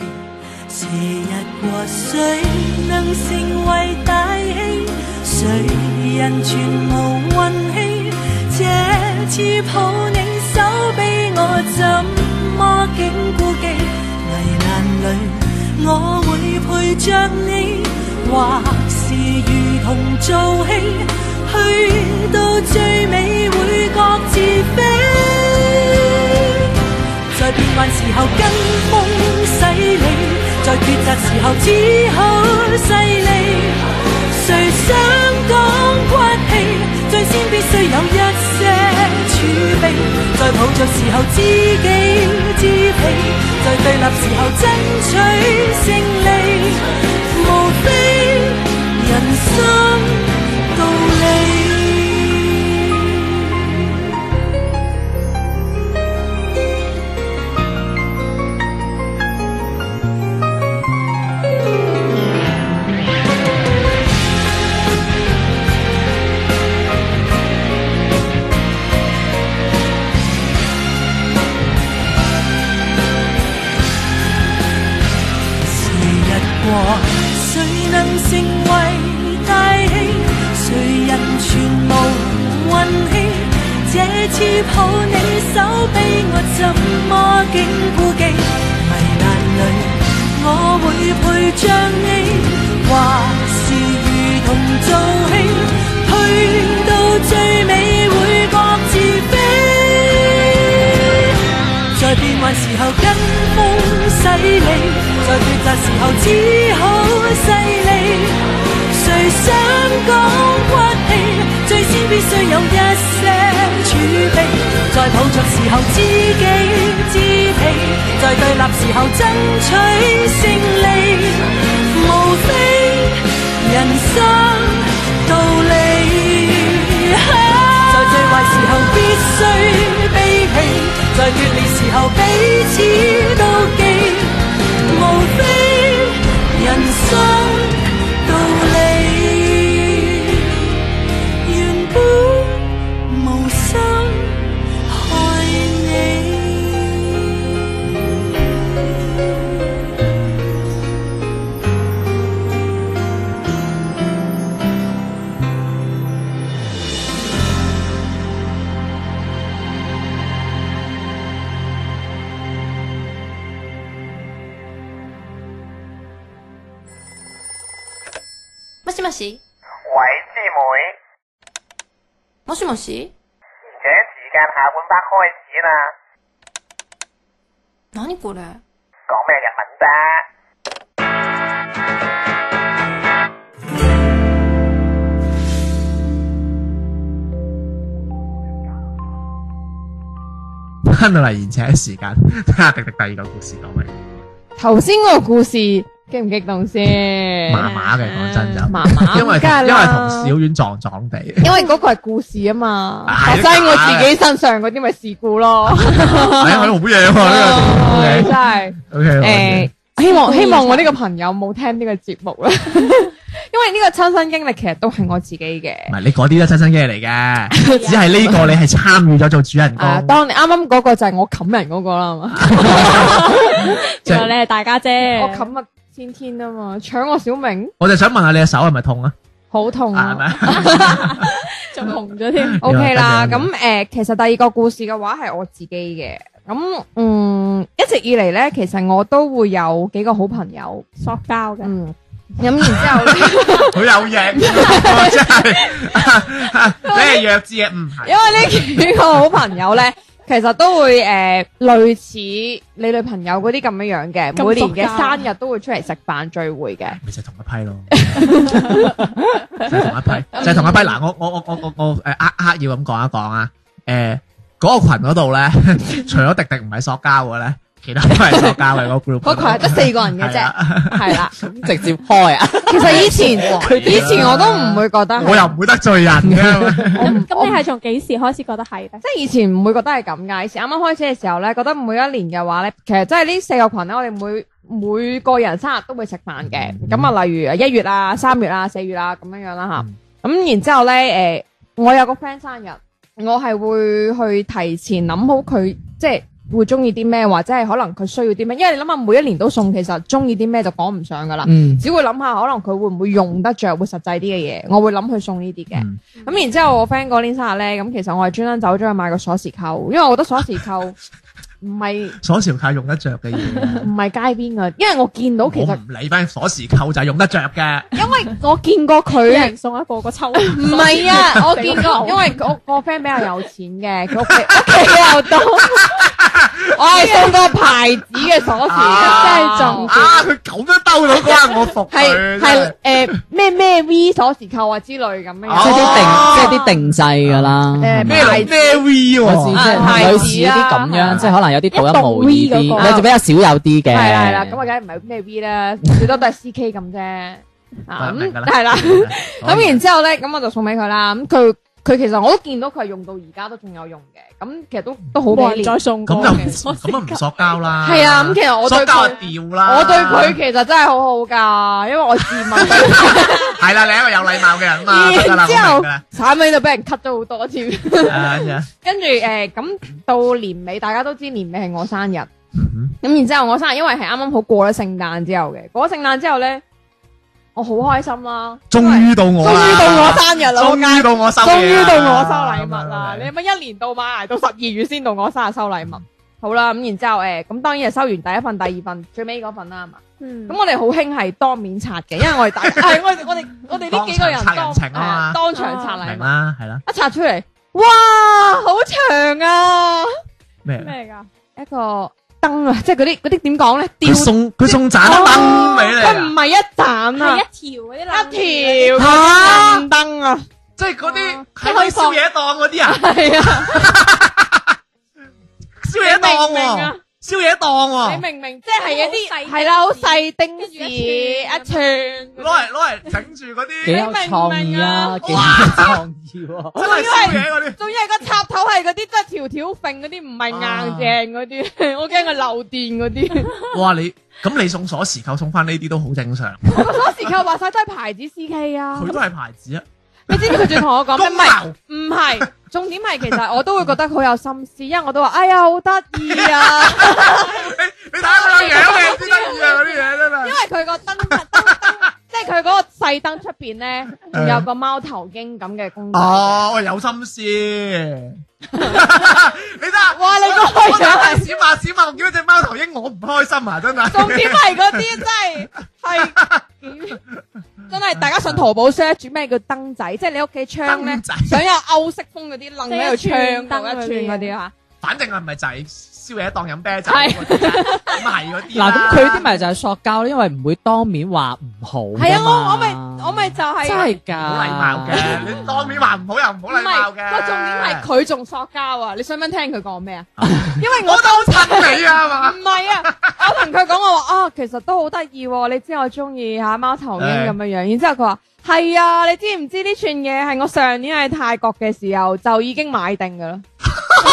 [SPEAKER 5] 時日和水能成為大器，誰人全無運氣？這次抱你手臂，我怎麼竟顧忌？危難裏我會陪着你，或是如同做戲，去到最尾會各自飛。在變幻時候跟風洗你，在抉擇時候只好細膩。誰想講骨氣，最先必須有一些儲備。在抱着時候知己知彼，在對立時候爭取勝利。無非人生道理。時日過，誰能成為大器？誰人全無運氣？這次抱你手臂，我怎麼竟顧忌？危難裏，我會陪着你，或是如同做戲，去到最尾會各自飛。在變幻時候跟風洗你，在抉擇時候只好細膩。誰想講骨氣，最先必須有一些儲備。在抱着時候知己知彼，在對立時候爭取勝利。無非人生道理。在最壞時候必須卑鄙，在決裂時候彼此妒忌，無非人生道理，原本無心害你。
[SPEAKER 6] もしもし
[SPEAKER 7] 喂，師妹，
[SPEAKER 6] もしもし
[SPEAKER 7] 而且時間下半 part 開始啦，
[SPEAKER 6] 何これ
[SPEAKER 7] 講咩日文啫？
[SPEAKER 1] 翻到嚟延且時間，睇下迪迪第二個故事講咩，
[SPEAKER 3] 頭先嗰個故事激唔激動先？
[SPEAKER 1] 麻麻嘅講真就，
[SPEAKER 3] 麻麻，
[SPEAKER 1] 因為
[SPEAKER 3] 梗係
[SPEAKER 1] 同因為同
[SPEAKER 3] 啦
[SPEAKER 1] 小丸撞撞地，
[SPEAKER 3] 因為嗰個係故事啊嘛，
[SPEAKER 1] 係啊哦
[SPEAKER 3] 發生我自己身上嗰啲咪事故 咯。
[SPEAKER 1] 係啊，好嘢喎
[SPEAKER 3] 唉
[SPEAKER 1] 呢
[SPEAKER 3] 哦 真係
[SPEAKER 1] 個，OK
[SPEAKER 3] 誒
[SPEAKER 1] OK，，
[SPEAKER 3] 希望希望我呢個朋友冇聽呢個節目啦， 因為呢個親身經歷其實都係我自己嘅。
[SPEAKER 1] 唔係你嗰啲都係親身經歷嚟嘅， 只係呢個你係參與咗做主人
[SPEAKER 3] 啊，
[SPEAKER 1] 公。
[SPEAKER 3] 當你啱啱嗰個就係我冚人嗰個啦係嘛，
[SPEAKER 1] 即
[SPEAKER 4] 原來
[SPEAKER 1] 係
[SPEAKER 4] 你係大家姐，
[SPEAKER 3] 我冚啊先天啊嘛，搶我小明
[SPEAKER 1] 我就想問下你嘅手係咪痛啊？
[SPEAKER 3] 好痛
[SPEAKER 1] 係
[SPEAKER 3] 啊！
[SPEAKER 1] 咪？
[SPEAKER 4] 仲紅咗添。
[SPEAKER 3] O K 啦，
[SPEAKER 1] 你話得嘅啊
[SPEAKER 3] 咁誒、呃其實第二個故事嘅話係我自己嘅。咁嗯，一直以嚟咧，其實我都會有幾個好朋友，
[SPEAKER 4] 塑膠嘅，
[SPEAKER 3] 嗯，咁然之後，
[SPEAKER 1] 好有 型，我真係你係 弱智嘅，唔係。
[SPEAKER 3] 因為呢幾 個好朋友咧，其實都會誒、呃、類似你女朋友嗰啲咁樣樣嘅，
[SPEAKER 4] 咁
[SPEAKER 3] 每年
[SPEAKER 4] 熟
[SPEAKER 3] 嘅
[SPEAKER 4] 㗎
[SPEAKER 3] 生日都會出嚟食飯聚會 嘅。
[SPEAKER 1] 咪就係同一批咯，就係同一批，就係同一批。嗱，我我我我我我誒呃呃要咁講一講啊，誒嗰個群嗰度咧， 除咗迪迪唔係塑膠嘅咧，其他都係塑膠 嘅嗰個 group
[SPEAKER 3] 嗰
[SPEAKER 1] 嗰度。
[SPEAKER 3] 群係得四個人嘅啫，係啦。
[SPEAKER 2] 咁直接開啊！
[SPEAKER 3] 其實以前以前我都唔會覺得 係，
[SPEAKER 1] 我又唔會得罪人 嘅，
[SPEAKER 3] 我唔
[SPEAKER 4] 咁你係從幾時開始覺得係咧？
[SPEAKER 3] 即係以前唔會覺得係咁㗎，以前啱啱開始嘅時候咧，覺得每一年嘅話咧，其實真係呢四個群咧，我哋每每個人生日都會食飯嘅。咁啊、例如一月啊、三月啊、四月啊咁樣樣啦吓。咁、然之後咧，誒、我有個 friend 生日，我係會去提前諗好佢即係會中意啲咩，或者係可能佢需要啲咩，因為你諗下每一年都送，其實中意啲咩就講唔上㗎啦。
[SPEAKER 2] 嗯，
[SPEAKER 3] 只會諗下可能佢會唔會用得着，會實際啲嘅嘢，我會諗去送呢啲嘅。
[SPEAKER 1] 嗯
[SPEAKER 3] 咁、然之後我 friend 嗰年生日咧，咁其實我係專登走咗去買個鎖匙扣，因為我覺得鎖匙扣唔係
[SPEAKER 1] 鎖匙扣用得着嘅嘢，
[SPEAKER 3] 唔係街邊嘅，因為我見到其
[SPEAKER 1] 我
[SPEAKER 3] 實
[SPEAKER 1] 唔理翻鎖匙扣就係用得着嘅。
[SPEAKER 3] 因為我見過
[SPEAKER 4] 俾
[SPEAKER 3] 佢。
[SPEAKER 4] 人送一個個抽，
[SPEAKER 3] 唔
[SPEAKER 4] 唔
[SPEAKER 3] 係啊，我見過，因為我我 friend 比較有錢嘅，佢屋企 屋企又多，我係送個牌子嘅鎖匙，真係中招。
[SPEAKER 1] 啊！佢咁都兜到嗰下，我服
[SPEAKER 3] 系
[SPEAKER 1] 佢。
[SPEAKER 3] 系诶咩咩 V 鎖匙扣啊之類咁樣
[SPEAKER 2] 即係
[SPEAKER 3] 樣，
[SPEAKER 1] 哦
[SPEAKER 2] 啲定，即係啲定制噶啦。
[SPEAKER 3] 誒
[SPEAKER 1] 咩嚟咩 V
[SPEAKER 2] 我
[SPEAKER 1] 喎？
[SPEAKER 2] 知即係
[SPEAKER 3] 啊
[SPEAKER 2] 類似啲咁
[SPEAKER 3] 牌子啊
[SPEAKER 2] 樣，即係可能有啲獨
[SPEAKER 4] 一
[SPEAKER 2] 一無
[SPEAKER 4] 棟 V 嗰
[SPEAKER 2] 二
[SPEAKER 4] 個
[SPEAKER 2] 啲，你就比較少有啲嘅。
[SPEAKER 3] 係啦係啦，咁啊梗係唔係咩 V 啦，最多都係 CK 咁啫。啊
[SPEAKER 1] 明
[SPEAKER 3] 咁
[SPEAKER 1] 㗎啦
[SPEAKER 3] 係啦，
[SPEAKER 1] 好
[SPEAKER 3] 咁然之後咧，咁我就送俾佢啦。咁佢佢其實我都見到佢係用到而家都仲有用嘅，咁其實都都好
[SPEAKER 4] 冇
[SPEAKER 3] 幾
[SPEAKER 4] 人
[SPEAKER 3] 年。
[SPEAKER 4] 再送過
[SPEAKER 1] 咁就唔
[SPEAKER 4] 嘅。
[SPEAKER 1] 咁啊唔塑膠啦。
[SPEAKER 3] 係啊，咁其實我
[SPEAKER 1] 塑
[SPEAKER 3] 對
[SPEAKER 1] 膠
[SPEAKER 3] 佢
[SPEAKER 1] 啊。掉啦。
[SPEAKER 3] 我對佢其實真係好好㗎，因為我自問，
[SPEAKER 1] 係啦，你係一個有禮貌嘅人啊嘛，得㗎啦，
[SPEAKER 3] 然之
[SPEAKER 1] 我
[SPEAKER 3] 後
[SPEAKER 1] 明㗎啦
[SPEAKER 3] 產品就俾人 cut 咗好多添。
[SPEAKER 1] 啊真係。
[SPEAKER 3] 跟住誒，咁、到年尾，大家都知年尾係我生日。咁、
[SPEAKER 1] 嗯
[SPEAKER 3] 然之後我生日，因為係啱啱好過咗聖誕之後嘅，過咗聖誕之後咧，我好開心啦，
[SPEAKER 1] 終於到
[SPEAKER 3] 因為
[SPEAKER 1] 我
[SPEAKER 3] 終
[SPEAKER 1] 啦，
[SPEAKER 3] 於到我生日啦，我
[SPEAKER 1] 終於到我收嘢啦，
[SPEAKER 3] 終於到我收禮物啦！你
[SPEAKER 1] 咁樣
[SPEAKER 3] 咪一年到晚挨到十二月先到我生日收禮物。好啦，咁然之後誒，咁當然係收完第一份、第二份、最尾嗰份啦，係嘛？
[SPEAKER 4] 嗯
[SPEAKER 3] 咁我哋好興係當面拆嘅，因為我哋 大係我哋我哋我哋呢幾個人
[SPEAKER 1] 當場
[SPEAKER 3] 當
[SPEAKER 1] 拆人情啊嘛
[SPEAKER 3] 係當場拆
[SPEAKER 4] 啊
[SPEAKER 3] 禮
[SPEAKER 1] 明
[SPEAKER 3] 物，
[SPEAKER 1] 啦，係啦，
[SPEAKER 3] 一拆出嚟，哇，好長啊！
[SPEAKER 1] 咩？
[SPEAKER 4] 咩㗎？
[SPEAKER 3] 一個燈啊，即係嗰啲嗰啲點講咧？吊
[SPEAKER 1] 佢送佢送盞燈俾你
[SPEAKER 3] 佢唔
[SPEAKER 1] 啊，
[SPEAKER 3] 係一盞
[SPEAKER 4] 係
[SPEAKER 3] 啊，
[SPEAKER 4] 一條嗰啲啦，
[SPEAKER 3] 一條
[SPEAKER 1] 嚇
[SPEAKER 3] 神燈啊，
[SPEAKER 1] 即係嗰啲
[SPEAKER 3] 即
[SPEAKER 1] 喺
[SPEAKER 3] 係可
[SPEAKER 1] 開
[SPEAKER 3] 以
[SPEAKER 1] 宵
[SPEAKER 3] 放
[SPEAKER 1] 夜檔嗰 啲啊，
[SPEAKER 3] 係啊。
[SPEAKER 1] 宵夜檔
[SPEAKER 3] 你明唔明
[SPEAKER 1] 喎
[SPEAKER 3] 啊，
[SPEAKER 1] 宵夜檔
[SPEAKER 3] 你
[SPEAKER 1] 喎，
[SPEAKER 3] 明唔明？哦即係有
[SPEAKER 4] 好細
[SPEAKER 3] 啲
[SPEAKER 4] 丁
[SPEAKER 3] 係啦，好細丁
[SPEAKER 4] 跟住
[SPEAKER 3] 字
[SPEAKER 4] 一
[SPEAKER 3] 一
[SPEAKER 4] 串
[SPEAKER 3] 串咁
[SPEAKER 1] 攞
[SPEAKER 3] 樣，
[SPEAKER 1] 嚟攞嚟整住嗰
[SPEAKER 2] 幾
[SPEAKER 1] 啲
[SPEAKER 2] 有創意啊，幾有創意 喎！
[SPEAKER 1] 真係宵夜嗰啲。
[SPEAKER 3] 仲要係個插頭係嗰啲真係條條揈嗰啲，唔係硬正嗰啲， 我驚佢漏電嗰啲。
[SPEAKER 1] 哇！你咁你送鎖匙扣送翻呢啲都好正常，
[SPEAKER 3] 我個鎖匙扣話晒都係牌子 CK 啊
[SPEAKER 1] 佢！都係牌 子啊，
[SPEAKER 3] 你知唔知佢仲同我講
[SPEAKER 1] 公
[SPEAKER 3] 咩？唔係
[SPEAKER 1] 牛
[SPEAKER 3] 唔係，重點係其實我都會覺得佢有心思，因為我都話哎呀好得意 啊，
[SPEAKER 1] 你睇下佢個樣，你先得意啊嗰啲嘢真係
[SPEAKER 3] 因。為佢個燈係燈燈即係佢嗰個細燈出邊咧，仲有個貓頭鷹咁嘅公仔嘅。
[SPEAKER 1] 哦，我有心思。你睇下，
[SPEAKER 3] 哇你個
[SPEAKER 1] 我我
[SPEAKER 3] 開場
[SPEAKER 1] 打開屎馬屎馬，我見到只貓頭鷹，我唔開心啊！真
[SPEAKER 3] 重點
[SPEAKER 1] 係。
[SPEAKER 3] 係嗰啲真係係真係大家上淘寶 search 咩叫燈仔，即係你屋企窗咧
[SPEAKER 1] 燈仔
[SPEAKER 3] 想有歐式風嗰啲楞喺度
[SPEAKER 4] 即係一串
[SPEAKER 3] 窗嗰
[SPEAKER 4] 燈嗰
[SPEAKER 3] 一
[SPEAKER 4] 啲
[SPEAKER 3] 串嗰啲啊。
[SPEAKER 1] 反正係咪就係宵夜檔飲啤酒
[SPEAKER 3] 係
[SPEAKER 1] 嗰啲啊？咁係嗰啲
[SPEAKER 2] 嗱，
[SPEAKER 1] 啦
[SPEAKER 2] 咁佢啲咪就係塑膠，因為唔會當面話唔好㗎嘛。
[SPEAKER 3] 係啊，我我咪我咪就係
[SPEAKER 2] 真係㗎，
[SPEAKER 1] 好禮貌嘅，
[SPEAKER 2] 啊
[SPEAKER 1] 你當面話唔好又唔
[SPEAKER 3] 唔
[SPEAKER 1] 好禮貌
[SPEAKER 3] 係
[SPEAKER 1] 嘅。
[SPEAKER 3] 個重點係佢仲塑膠啊！你想唔想聽佢講咩啊？ 因為我
[SPEAKER 1] 我都襯你啊嘛
[SPEAKER 3] 唔。係啊，我同佢講我話啊，其實都好得意喎，你知我中意嚇貓頭鷹咁樣樣，然之後佢話係啊，你知唔知呢串嘢係我上年喺泰國嘅時候就已經買定㗎啦，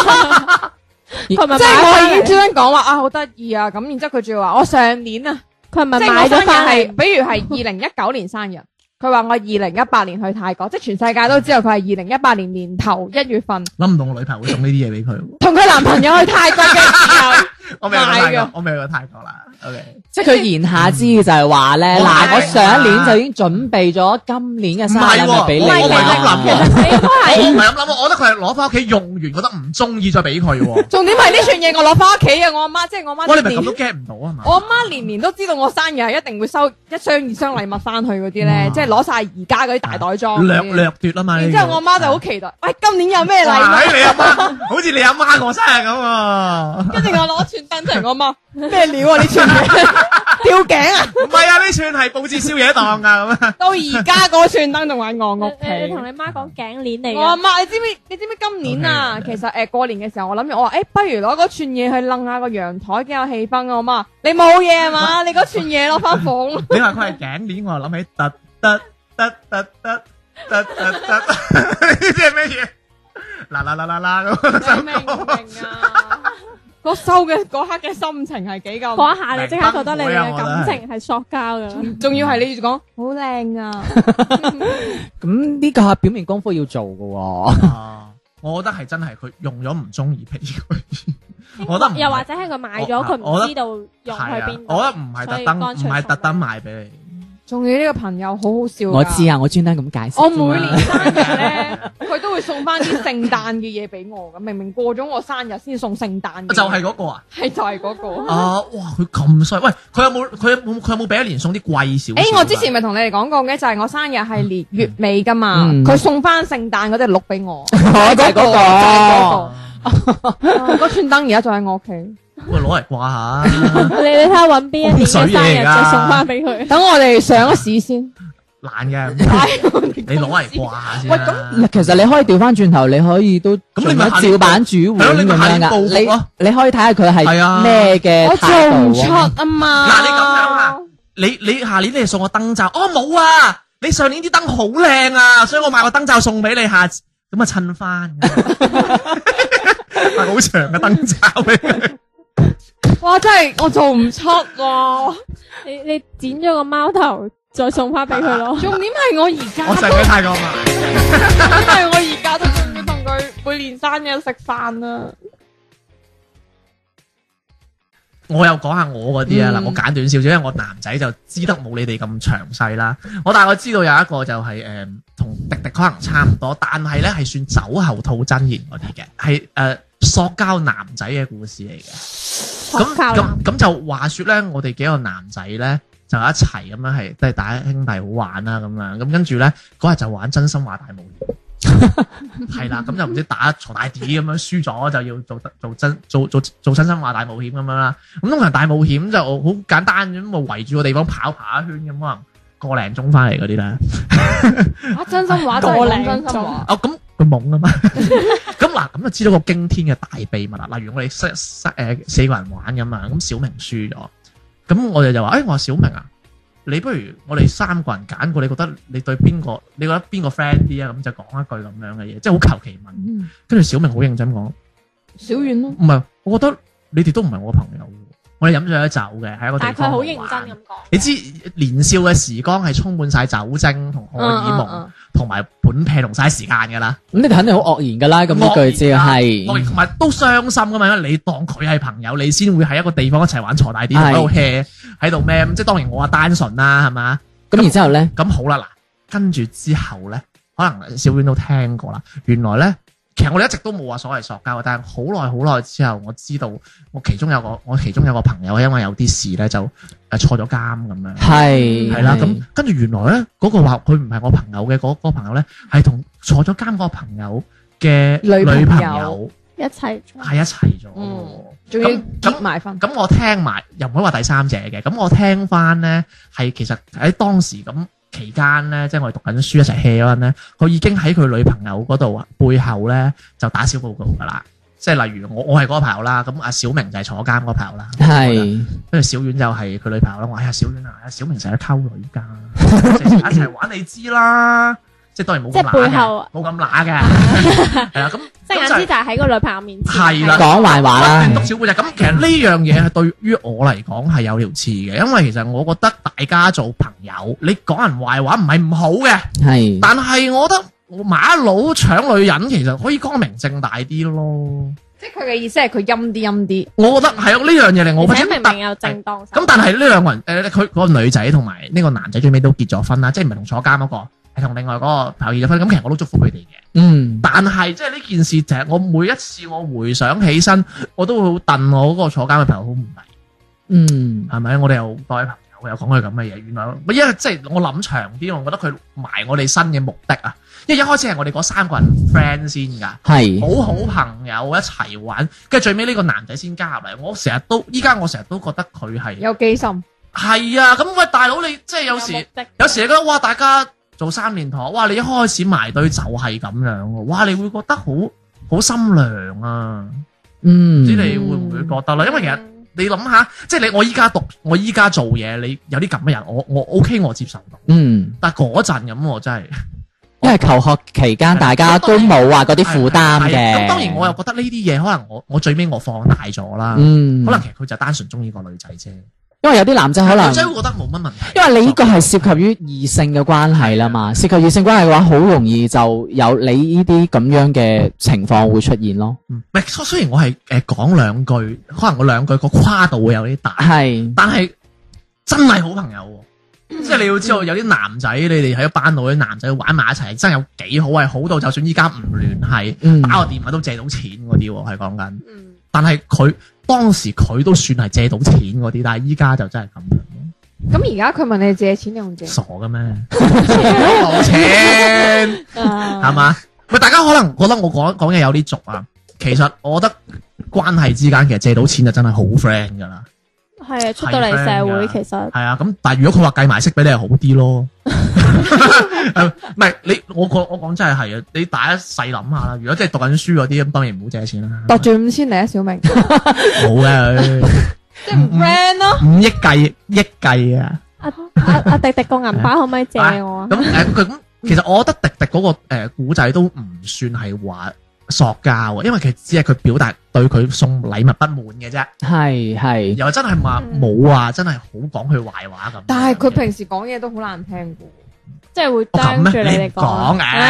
[SPEAKER 4] 佢係咪
[SPEAKER 3] 即
[SPEAKER 4] 買
[SPEAKER 3] 係我
[SPEAKER 4] 返
[SPEAKER 3] 已經
[SPEAKER 4] 嚟
[SPEAKER 3] 專登講話啊，好得意啊，咁然之後佢仲要話我上年啊，
[SPEAKER 4] 佢係咪
[SPEAKER 3] 即係
[SPEAKER 4] 買
[SPEAKER 3] 我生
[SPEAKER 4] 咗
[SPEAKER 3] 日
[SPEAKER 4] 翻嚟
[SPEAKER 3] 係，？比如係二零一九年生日。佢話我二零一八年去泰國，即係全世界都知道佢係二零一八年年頭一月份
[SPEAKER 1] 諗唔到我女朋友會送呢啲嘢俾佢，
[SPEAKER 3] 同佢男朋友去泰國嘅時候。
[SPEAKER 1] 我未去過泰
[SPEAKER 3] 買㗎
[SPEAKER 1] 國，我未去過泰國啦。OK，
[SPEAKER 2] 即係佢言下之意就係話咧，
[SPEAKER 1] 嗯
[SPEAKER 2] 嗱，我上一年就已經準備咗今年嘅
[SPEAKER 1] 唔
[SPEAKER 2] 生
[SPEAKER 1] 係
[SPEAKER 2] 日
[SPEAKER 1] 喎，
[SPEAKER 2] 禮
[SPEAKER 1] 我
[SPEAKER 2] 物俾你
[SPEAKER 1] 我唔係咁
[SPEAKER 2] 㗎
[SPEAKER 1] 諗
[SPEAKER 2] 嘛。
[SPEAKER 1] 喎。
[SPEAKER 4] 你應該係
[SPEAKER 1] 我唔係咁諗喎，我覺得佢係攞翻屋企用完，覺得唔中意再俾佢喎。
[SPEAKER 3] 重點係呢串嘢我攞翻屋企啊！我阿媽即係我阿
[SPEAKER 1] 哇，
[SPEAKER 3] 媽
[SPEAKER 1] 你咪咁
[SPEAKER 3] 年
[SPEAKER 1] 都，驚唔到啊嘛？
[SPEAKER 3] 我阿媽年年都知道我生日係一定會收一箱二箱禮物翻去嗰啲咧
[SPEAKER 1] 哇，
[SPEAKER 3] 即係攞晒而家嗰啲大袋裝嗰
[SPEAKER 1] 掠
[SPEAKER 3] 啲。
[SPEAKER 1] 掠奪啊嘛。
[SPEAKER 3] 然之後我阿媽就好期待，喂，今年有咩禮
[SPEAKER 1] 哇
[SPEAKER 3] 物？
[SPEAKER 1] 你阿媽好似你阿媽我生日咁啊！
[SPEAKER 3] 跟住我攞串燈出嚟，我阿媽咩料啊？呢串 嘢吊頸啊！
[SPEAKER 1] 唔係啊，呢串係佈置宵夜檔啊咁啊！
[SPEAKER 3] 到而家嗰串燈仲喺我屋
[SPEAKER 4] 你你同
[SPEAKER 3] 企。
[SPEAKER 4] 你媽講頸鏈嚟
[SPEAKER 3] 我阿
[SPEAKER 4] 㗎，
[SPEAKER 3] 媽，你知唔知？你知唔知今年啊？其
[SPEAKER 1] OK，OK
[SPEAKER 3] 實誒過年嘅時候，我諗住我話誒，不如攞嗰串嘢去楞下個陽台，幾有氣氛啊！我媽，你冇嘢 啊嘛？你嗰串嘢攞 翻房。
[SPEAKER 1] 你話佢係頸鏈，我又諗起突突突突突突突突，呢啲係咩嘢？啦啦啦啦啦咁樣
[SPEAKER 3] 你明唔明啊？嗰收嘅嗰刻嘅心情係幾
[SPEAKER 4] 嗰
[SPEAKER 3] 咁，
[SPEAKER 4] 一下你即刻覺得你嘅感情係塑膠㗎。
[SPEAKER 3] 仲要係你講好靚啊！
[SPEAKER 2] 咁呢個係表面功夫要做㗎喎。
[SPEAKER 1] 啊！我覺得係真係佢用咗唔中意俾佢，我覺得唔係
[SPEAKER 4] 又或者係佢買咗，
[SPEAKER 1] 我
[SPEAKER 4] 佢唔知道用去
[SPEAKER 1] 係啊
[SPEAKER 4] 邊，度。
[SPEAKER 1] 我覺得唔係
[SPEAKER 4] 所以
[SPEAKER 1] 特登，
[SPEAKER 4] 乾
[SPEAKER 1] 唔
[SPEAKER 4] 脆
[SPEAKER 1] 係特登
[SPEAKER 4] 送
[SPEAKER 1] 賣俾
[SPEAKER 3] 仲要呢個朋友好好笑㗎，
[SPEAKER 2] 我知啊，我專登咁解釋啫嘛。
[SPEAKER 3] 我每年生日咧，佢都會送翻啲聖誕嘅嘢俾我咁，明明過咗我生日先送聖誕嘅
[SPEAKER 1] 你，
[SPEAKER 3] 嘢，
[SPEAKER 1] 就係嗰個啊！
[SPEAKER 3] 係就係嗰個。
[SPEAKER 1] 啊！哇！佢咁衰，喂！佢有冇佢有冇佢有冇俾一年送啲貴少少㗎？
[SPEAKER 3] 誒，我之前咪同你哋講過嘅，就係我生日係年月尾㗎嘛，
[SPEAKER 2] 嗯
[SPEAKER 3] 佢送翻聖誕嗰隻鹿俾我， 哦
[SPEAKER 2] 我就係嗰
[SPEAKER 1] 哦
[SPEAKER 2] 個。
[SPEAKER 3] 嗰串燈而家仲喺我屋企，
[SPEAKER 1] 喂攞嚟掛 下。
[SPEAKER 4] 你你睇下揾邊一年嘅生
[SPEAKER 1] 水嚟
[SPEAKER 4] 日
[SPEAKER 1] 㗎
[SPEAKER 4] 再送翻俾佢。
[SPEAKER 3] 等我哋上咗市先。
[SPEAKER 1] 爛 嘅，你攞嚟掛下先啊
[SPEAKER 2] 喂，
[SPEAKER 1] 啦。
[SPEAKER 2] 咁其實你可以調翻轉頭，你可以都
[SPEAKER 1] 咁你
[SPEAKER 2] 做
[SPEAKER 1] 咪下
[SPEAKER 2] 一
[SPEAKER 1] 年
[SPEAKER 2] 照版主碗
[SPEAKER 1] 係
[SPEAKER 2] 咁
[SPEAKER 1] 咯你咪下
[SPEAKER 2] 樣
[SPEAKER 1] 年報復
[SPEAKER 2] 噶
[SPEAKER 1] 咯。
[SPEAKER 2] 你你可以睇下佢係
[SPEAKER 1] 係啊
[SPEAKER 2] 咩嘅
[SPEAKER 3] 我做唔
[SPEAKER 2] 態
[SPEAKER 3] 出
[SPEAKER 2] 度啊。
[SPEAKER 3] 啊嘛。
[SPEAKER 1] 嗱，你咁樣啊啦，你你下年你哋送我燈罩，哦冇啊，你上年啲燈好靚啊，所以我買個燈罩送俾你下次，咁啊襯翻。 係 好長嘅燈罩俾佢，
[SPEAKER 3] 哇！真係我做唔出喎、
[SPEAKER 4] 你你剪咗個貓頭，再送翻俾佢 咯。
[SPEAKER 3] 重點係我而
[SPEAKER 1] 我
[SPEAKER 3] 家，
[SPEAKER 1] 就去泰國買。
[SPEAKER 3] 因為我而家都仲要同佢每年生日食飯啊。
[SPEAKER 1] 我又講下我嗰啲啊，嗱，
[SPEAKER 3] 嗯
[SPEAKER 1] 我簡短少少，因為我男仔就知得冇你哋咁詳細啦。我大概知道有一個就係誒嗯同迪迪可能差唔多，但係咧係算酒後吐真言嗰啲嘅，係誒、呃塑膠男仔嘅故事嚟嘅。
[SPEAKER 4] 塑
[SPEAKER 1] 咁
[SPEAKER 4] 膠男
[SPEAKER 1] 咁咁就話説咧，我哋幾個男仔咧就一齊咁樣係即係大家兄弟好玩啦咁樣，咁跟住咧嗰日就玩真心話大冒 險，係啦，咁就唔知打鋤大 D 咁樣，輸咗就要做做真做做做真心話大冒險咁樣啦。咁通常大冒險就好簡單咁，咪圍住個地方跑跑一圈咁，可能個零鐘翻嚟嗰啲咧。
[SPEAKER 3] 啊，真心話真係講真心話。
[SPEAKER 1] 哦，咁佢懵啊嘛。 咁嗱，咁就知道個驚天嘅大秘密啦。例如我哋四四誒四個人玩咁樣，咁小明輸咗，咁我哋就話：，誒、我話小明啊，你不如我哋三個人揀個，你覺得你對邊個？你覺得邊個 friend 啲啊？咁就講一句咁樣嘅嘢，即係好求其問。跟住小明好認真講。
[SPEAKER 3] 小遠咯，
[SPEAKER 1] 唔係，我覺得你哋都唔係我朋友喎。我哋飲咗酒嘅，喺一個地
[SPEAKER 4] 但係佢
[SPEAKER 1] 方。
[SPEAKER 4] 好認真。咁講。
[SPEAKER 1] 你知年少嘅時光係充滿晒酒精同荷爾
[SPEAKER 3] 嗯嗯嗯
[SPEAKER 1] 蒙，同埋本屁同晒時間㗎啦。
[SPEAKER 2] 咁你哋肯定好愕然噶啦，咁呢句
[SPEAKER 1] 惡
[SPEAKER 2] 字
[SPEAKER 1] 言啊惡
[SPEAKER 2] 係
[SPEAKER 1] 言同埋都傷心㗎嘛，因為你當佢係朋友，你先會喺一個地方一齊玩鋤大 D 同
[SPEAKER 2] 係
[SPEAKER 1] 喺度 hea 喺度咩咁。即係當然我話單純啦，係嘛？
[SPEAKER 2] 咁。然之後咧，
[SPEAKER 1] 咁好啦，嗱，跟住之後咧，可能小婉都聽過啦。原來咧，其實我哋一直都冇話所謂塑膠，但係好耐好耐之後，我知道我其中有個我其中有個朋友，因為有啲事咧就誒坐咗監咁樣。
[SPEAKER 2] 係
[SPEAKER 1] 係啦，咁跟住原來咧，嗰、個話佢唔係我朋友嘅嗰、個朋友咧，係同坐咗監嗰個朋友嘅
[SPEAKER 3] 女朋友
[SPEAKER 1] 女朋友
[SPEAKER 4] 一齊做。
[SPEAKER 1] 係一齊做。
[SPEAKER 3] 嗯仲要
[SPEAKER 1] 咁
[SPEAKER 3] 結埋婚，
[SPEAKER 1] 咁我聽埋又唔可以話第三者嘅，咁我聽翻咧係其實喺當時咁期間咧，即係我哋讀緊書一齊 hea 嗰陣咧，佢已經喺佢女朋友嗰度啊背後咧就打小報告噶啦。即係例如我我係嗰個朋友啦，咁阿小明就係坐監嗰個朋友啦，
[SPEAKER 2] 系
[SPEAKER 1] 跟住小婉就係佢女朋友啦。我話哎呀小婉啊，哎呀小明成日溝女㗎，成日一齊玩你知啦。即係當然冇
[SPEAKER 4] 即
[SPEAKER 1] 咁
[SPEAKER 4] 係背
[SPEAKER 1] 乸嘅
[SPEAKER 4] 後，
[SPEAKER 1] 冇咁 乸嘅，係啊咁
[SPEAKER 4] 即係眼
[SPEAKER 1] 咁就係
[SPEAKER 4] 知就係喺個女朋友面前。
[SPEAKER 1] 係啦
[SPEAKER 2] 講壞話啦
[SPEAKER 1] 不斷，督小背脊。 咁其實呢樣嘢係對於我嚟講係有條刺嘅，因為其實我覺得大家做朋友，你講人壞話唔係唔好嘅，
[SPEAKER 2] 系
[SPEAKER 1] 但係我覺得馬佬搶女人其實可以光明正大啲咯。
[SPEAKER 3] 即係佢嘅意思係佢陰啲陰啲，
[SPEAKER 1] 我覺得係啊，呢樣嘢令我
[SPEAKER 4] 而
[SPEAKER 1] 覺
[SPEAKER 4] 且
[SPEAKER 1] 得
[SPEAKER 4] 明明有正當手
[SPEAKER 1] 咁但係呢兩個人，誒、呃佢嗰個女仔同埋呢個男仔最尾都結咗婚啦，即係唔係同坐監嗰、個，係同另外嗰個朋友結咗婚。咁其實我都祝福佢哋嘅。
[SPEAKER 2] 嗯
[SPEAKER 1] 但係即係呢件事就係我每一次我回想起身，我都會好戥我嗰個坐監嘅朋友好唔抵。
[SPEAKER 2] 嗯
[SPEAKER 1] 係咪？我哋又各位朋友又講佢咁嘅嘢，原來因為即係我諗長啲，我覺得佢埋我哋新嘅目的啊，因為一開始係我哋嗰三個人 friend 先㗎。
[SPEAKER 2] 系
[SPEAKER 1] 好好朋友一齊玩，跟住最尾呢個男仔先加入嚟。我成日都，依家我成日都覺得佢係
[SPEAKER 3] 有機心，
[SPEAKER 1] 係啊。咁喂，大佬你即係有時
[SPEAKER 4] 目的
[SPEAKER 1] 有時你覺得哇，大家做三年堂，哇，你一開始埋對就係咁樣喎，哇，你會覺得好好心涼啊。唔
[SPEAKER 2] 嗯
[SPEAKER 1] 知你會唔會覺
[SPEAKER 4] 嗯
[SPEAKER 1] 得啦？因為其實你諗下，即係你我依家讀，我依家做嘢，你有啲咁嘅人，我我 OK，我接受到。
[SPEAKER 2] 嗯，
[SPEAKER 1] 但係嗰陣咁，我真係
[SPEAKER 2] 因為求學期間大家都冇話嗰啲負擔
[SPEAKER 1] 係係
[SPEAKER 2] 嘅，
[SPEAKER 1] 咁當然我又覺得呢啲嘢，可能我我最尾我放大咗啦。
[SPEAKER 2] 嗯，
[SPEAKER 1] 可能其實佢就單純中意個女仔啫，
[SPEAKER 2] 因為有啲男仔可能
[SPEAKER 1] 女。仔會覺得冇乜問題。
[SPEAKER 2] 因為你呢個係涉及於異性嘅關係啦嘛，涉及異性關係嘅話，好容易就有你呢啲咁樣嘅情況會出現咯。
[SPEAKER 1] 嗯唔係，雖雖然我係誒講兩句，可能我兩句個跨度會有啲大，
[SPEAKER 2] 係，
[SPEAKER 1] 但係真係好朋友喎。即係你要知道，有啲男仔，你哋喺班度啲男仔玩埋一齊，真係有幾好，係好到就算依家唔聯繫，
[SPEAKER 2] 嗯，
[SPEAKER 1] 打個電話都借到錢嗰啲喎，係講緊。
[SPEAKER 4] 嗯
[SPEAKER 1] 但係佢當時佢都算係借到錢嗰啲，但係依家就真係咁樣，
[SPEAKER 3] 咁而家佢問你借錢定唔 借？
[SPEAKER 1] 傻嘅咩？冇錢
[SPEAKER 4] 哦
[SPEAKER 1] 係嘛？喂，大家可能覺得我講講嘢有啲俗啊，其實我覺得關係之間其實借到錢就真係好 friend 㗎啦。
[SPEAKER 4] 係啊，出到嚟社會
[SPEAKER 1] 係
[SPEAKER 4] 其實
[SPEAKER 1] 係啊，咁但係如果佢話計埋息俾你係好啲咯，係唔係你我講我講真係係啊，你大家細諗下啦。如果真係讀緊書嗰啲咁，當然唔好借錢啦。
[SPEAKER 3] 度住五千嚟啊，小明，
[SPEAKER 1] 冇嘅，
[SPEAKER 3] 即係唔 friend 咯。
[SPEAKER 1] 五億計億計啊！
[SPEAKER 4] 阿阿阿迪迪個銀包可唔可以借我啊？
[SPEAKER 1] 咁誒佢咁，其實我覺得迪迪嗰個誒古仔都唔算係話塑膠啊，因為佢只係佢表達對佢送禮物不滿嘅啫，
[SPEAKER 2] 係係，
[SPEAKER 1] 又真係話冇話真係好講佢壞話咁。
[SPEAKER 3] 嗯但係佢平時講嘢都好難聽噶。
[SPEAKER 4] 即係會
[SPEAKER 1] 我
[SPEAKER 4] 盯
[SPEAKER 1] 咁
[SPEAKER 4] 住
[SPEAKER 1] 咩？你
[SPEAKER 4] 哋
[SPEAKER 1] 唔講
[SPEAKER 4] 講。
[SPEAKER 1] 唉，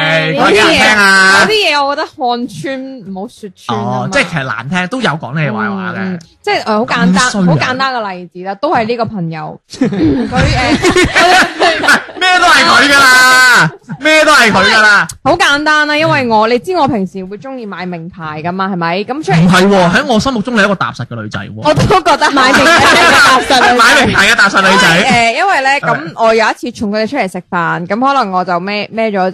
[SPEAKER 4] 唉
[SPEAKER 1] 講俾人聽
[SPEAKER 3] 有
[SPEAKER 1] 啊
[SPEAKER 3] 啲！嘢我覺得看穿唔好說穿啊
[SPEAKER 1] 哦
[SPEAKER 3] 嘛，
[SPEAKER 1] 即係其實難聽都有講呢啲壞話
[SPEAKER 3] 嗯
[SPEAKER 1] 嘅，
[SPEAKER 3] 即係誒好簡單
[SPEAKER 1] 咁衰啊
[SPEAKER 3] 好簡單嘅例子啦，都係呢個朋友，佢呃誒
[SPEAKER 1] 咩都係佢噶啦，咩都係佢噶啦。
[SPEAKER 3] 好簡單啊啦，因為我你知我平時會中意買名牌噶嘛，係咪？咁出
[SPEAKER 1] 唔
[SPEAKER 3] 嚟
[SPEAKER 1] 係喎，喺我心目中你係一個踏實嘅女仔喎，
[SPEAKER 3] 我都覺得買 名牌係踏實女仔
[SPEAKER 1] 買名牌嘅踏實啊女
[SPEAKER 3] 因為
[SPEAKER 1] 仔。
[SPEAKER 3] 哎
[SPEAKER 1] 哎
[SPEAKER 3] 誒，因為咧咁
[SPEAKER 1] 係，
[SPEAKER 3] 我有一次從佢哋出嚟食飯，咁可能我就孭孭咗呃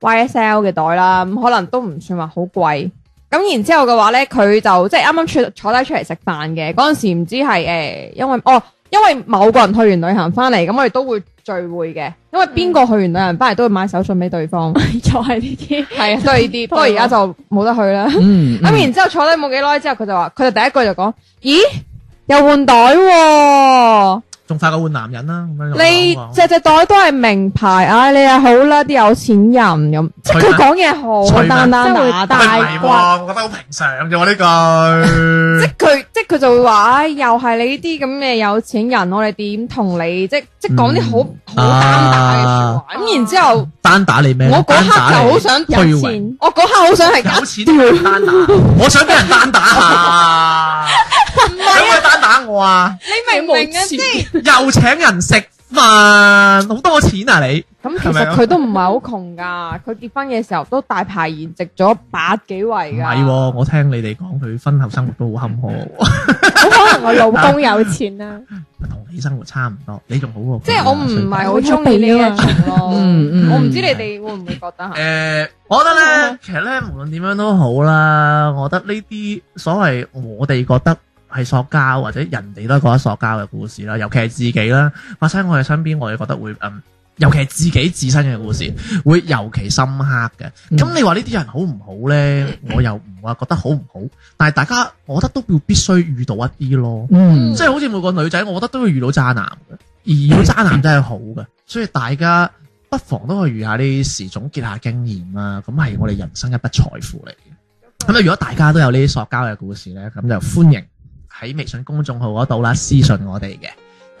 [SPEAKER 3] 只誒 YSL 嘅袋啦，咁可能都唔算話好貴。咁然之後嘅話咧，佢就即係啱啱出坐低出嚟食飯嘅嗰陣時，唔知係誒，因為哦，因為某個人去完旅行翻嚟，咁我哋都會聚會嘅，因為邊個去完旅行翻嚟都會買手信俾對方，
[SPEAKER 4] 又係呢啲，
[SPEAKER 3] 係啊，都係呢 啲。不過而家就冇得去啦。
[SPEAKER 2] 嗯，
[SPEAKER 3] 咁然之後坐低冇幾耐之後，佢就話，佢就第一句就講：咦，又換袋喎！
[SPEAKER 1] 仲快過換男人啦，咁樣
[SPEAKER 3] 你
[SPEAKER 1] 講
[SPEAKER 3] 隻隻袋都係名牌，唉、你又好啦，啲有錢人咁，即係
[SPEAKER 1] 脆
[SPEAKER 3] 佢
[SPEAKER 1] 咩
[SPEAKER 3] 講嘢好單
[SPEAKER 4] 脆
[SPEAKER 3] 單啊
[SPEAKER 4] 咩
[SPEAKER 3] 打
[SPEAKER 1] 唔
[SPEAKER 3] 打，
[SPEAKER 1] 係喎，我覺得好平常啫喎呢句。
[SPEAKER 3] 即係佢即係佢就會話，唉、又係你呢啲咁嘅有錢人，我哋點同你即即係講啲好好單打嘅説話。咁、然之後，
[SPEAKER 1] 單打你咩？
[SPEAKER 3] 我嗰刻就好想
[SPEAKER 1] 單打你
[SPEAKER 3] 有
[SPEAKER 1] 虛榮
[SPEAKER 3] 錢，我嗰刻好想係
[SPEAKER 1] 啊
[SPEAKER 3] 啊
[SPEAKER 1] 有錢都要單打，我想俾人單打下，想俾人單打我哇！
[SPEAKER 3] 你明唔明啊？
[SPEAKER 4] 你
[SPEAKER 3] 即
[SPEAKER 4] 冇錢
[SPEAKER 3] 係
[SPEAKER 1] 又請人食飯，好多錢啊你！
[SPEAKER 3] 咁，其實佢都唔係好窮㗎。佢結婚嘅時候都大排筵席咗百幾位
[SPEAKER 1] 唔
[SPEAKER 3] 㗎。
[SPEAKER 1] 係喎，我聽你哋講佢婚後生活都好坎坷喎，
[SPEAKER 4] 好可能我老公有錢啊啦，
[SPEAKER 1] 同你生活差唔多，你仲好過佢啊。
[SPEAKER 3] 即係我唔係好中意呢一種咯。
[SPEAKER 2] 嗯嗯
[SPEAKER 3] 我唔知你哋會唔會覺得嚇？
[SPEAKER 1] 诶、呃我覺得咧，其實咧，無論點樣都好啦，我覺得呢啲所謂我哋覺得係塑膠或者人哋都覺得塑膠嘅故事啦，尤其係自己啦，發生喺我哋身邊，我哋覺得會嗯，尤其係自己自身嘅故事，會尤其深刻嘅。咁、你話呢啲人好唔好咧？我又唔話覺得好唔好，但係大家，我覺得都要必須遇到一啲咯。
[SPEAKER 2] 嗯
[SPEAKER 1] 即係好似每個女仔，我覺得都會遇到渣男嘅，而遇到渣男真係好嘅，所以大家不妨都去遇下呢啲事，總結下經驗啦。咁係我哋人生一筆財富嚟嘅。咁啊，如果大家都有呢啲塑膠嘅故事咧，咁就歡迎喺微信公眾號嗰度啦，私信我哋嘅。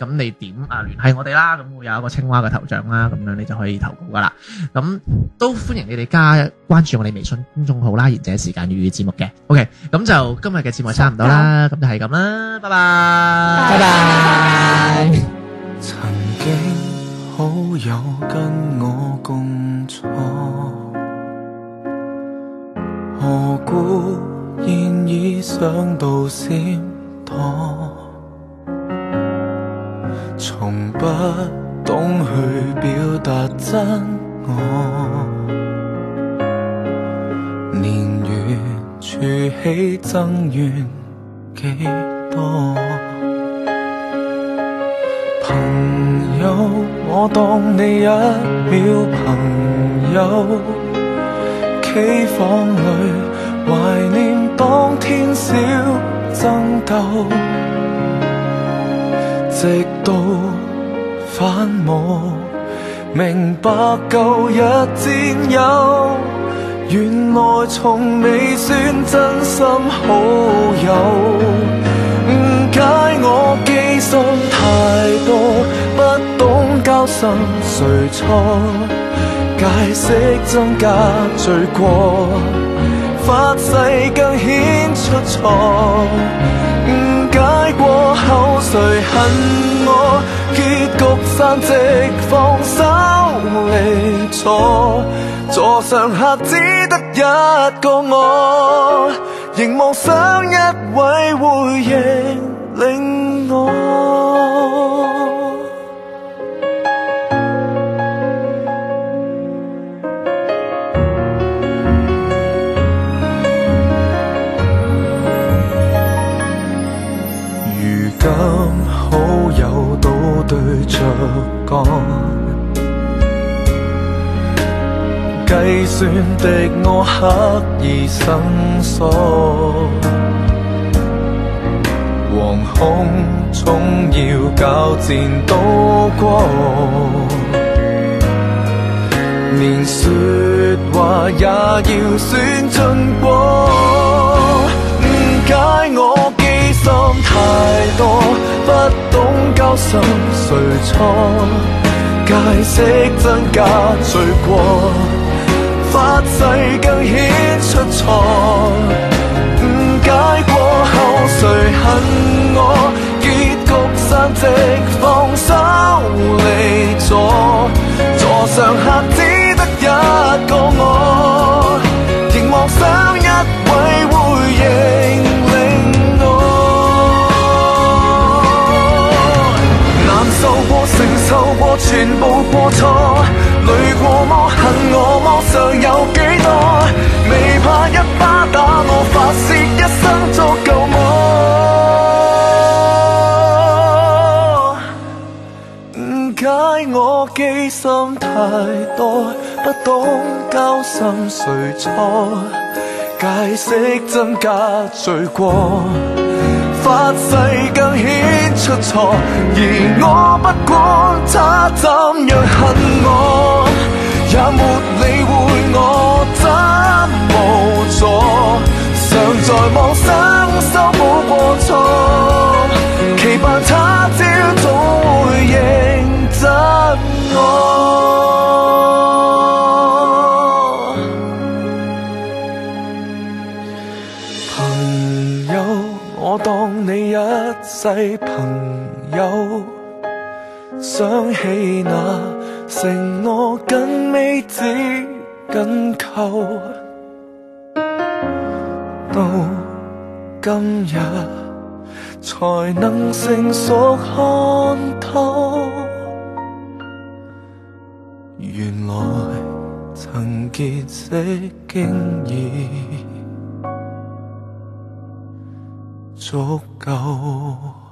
[SPEAKER 1] 咁你點啊聯繫我哋啦，咁會有一個青蛙嘅頭像啦，咁樣你就可以投稿噶啦。咁都歡迎你哋加關注我哋微信公眾號啦，賢者時間粵語節目嘅。OK，咁就今日嘅節目差唔多啦，咁就係咁啦，拜拜。
[SPEAKER 2] 拜拜。
[SPEAKER 8] 曾經好友跟我共坐，何故現已上到閃躲？從不懂去表達真我，年月處起爭怨幾多？朋友，我當你一秒朋友。企房裏懷念當天小爭鬥，直到反目明白舊日戰友，原來從未算真心好友。誤解我機心太多，不懂交心誰錯，解釋增加罪過，發誓更顯出錯。誤解過後誰恨我？結局散席放手離座，座上客只得一個我，凝望想一位回應令我。如今好友都對着講，計算的我刻意生疏，惶恐總要交戰渡過，連説話也要算進過。誤解我機心太多，不懂交心誰錯，解釋真假罪過，發誓更顯出錯。誤解過後誰恨我？結局散席放手離座，座上客只得一個我，凝望想一位回應令我。難受過，承受過，全部過錯，累過麼？恨我麼？尚有幾多？未怕一巴打我，發泄一生作夠麼？誤解我機心太多，不懂交心誰錯，解釋增加罪過。發誓更顯出錯，而我不管他怎樣恨我，也沒理會我怎無助，常在妄想修補過錯，期盼他朝早會認真我。朋友，我我當你一世朋友。想起那承諾緊尾指緊扣，到今日才能成熟看透。原來曾結識經已足夠。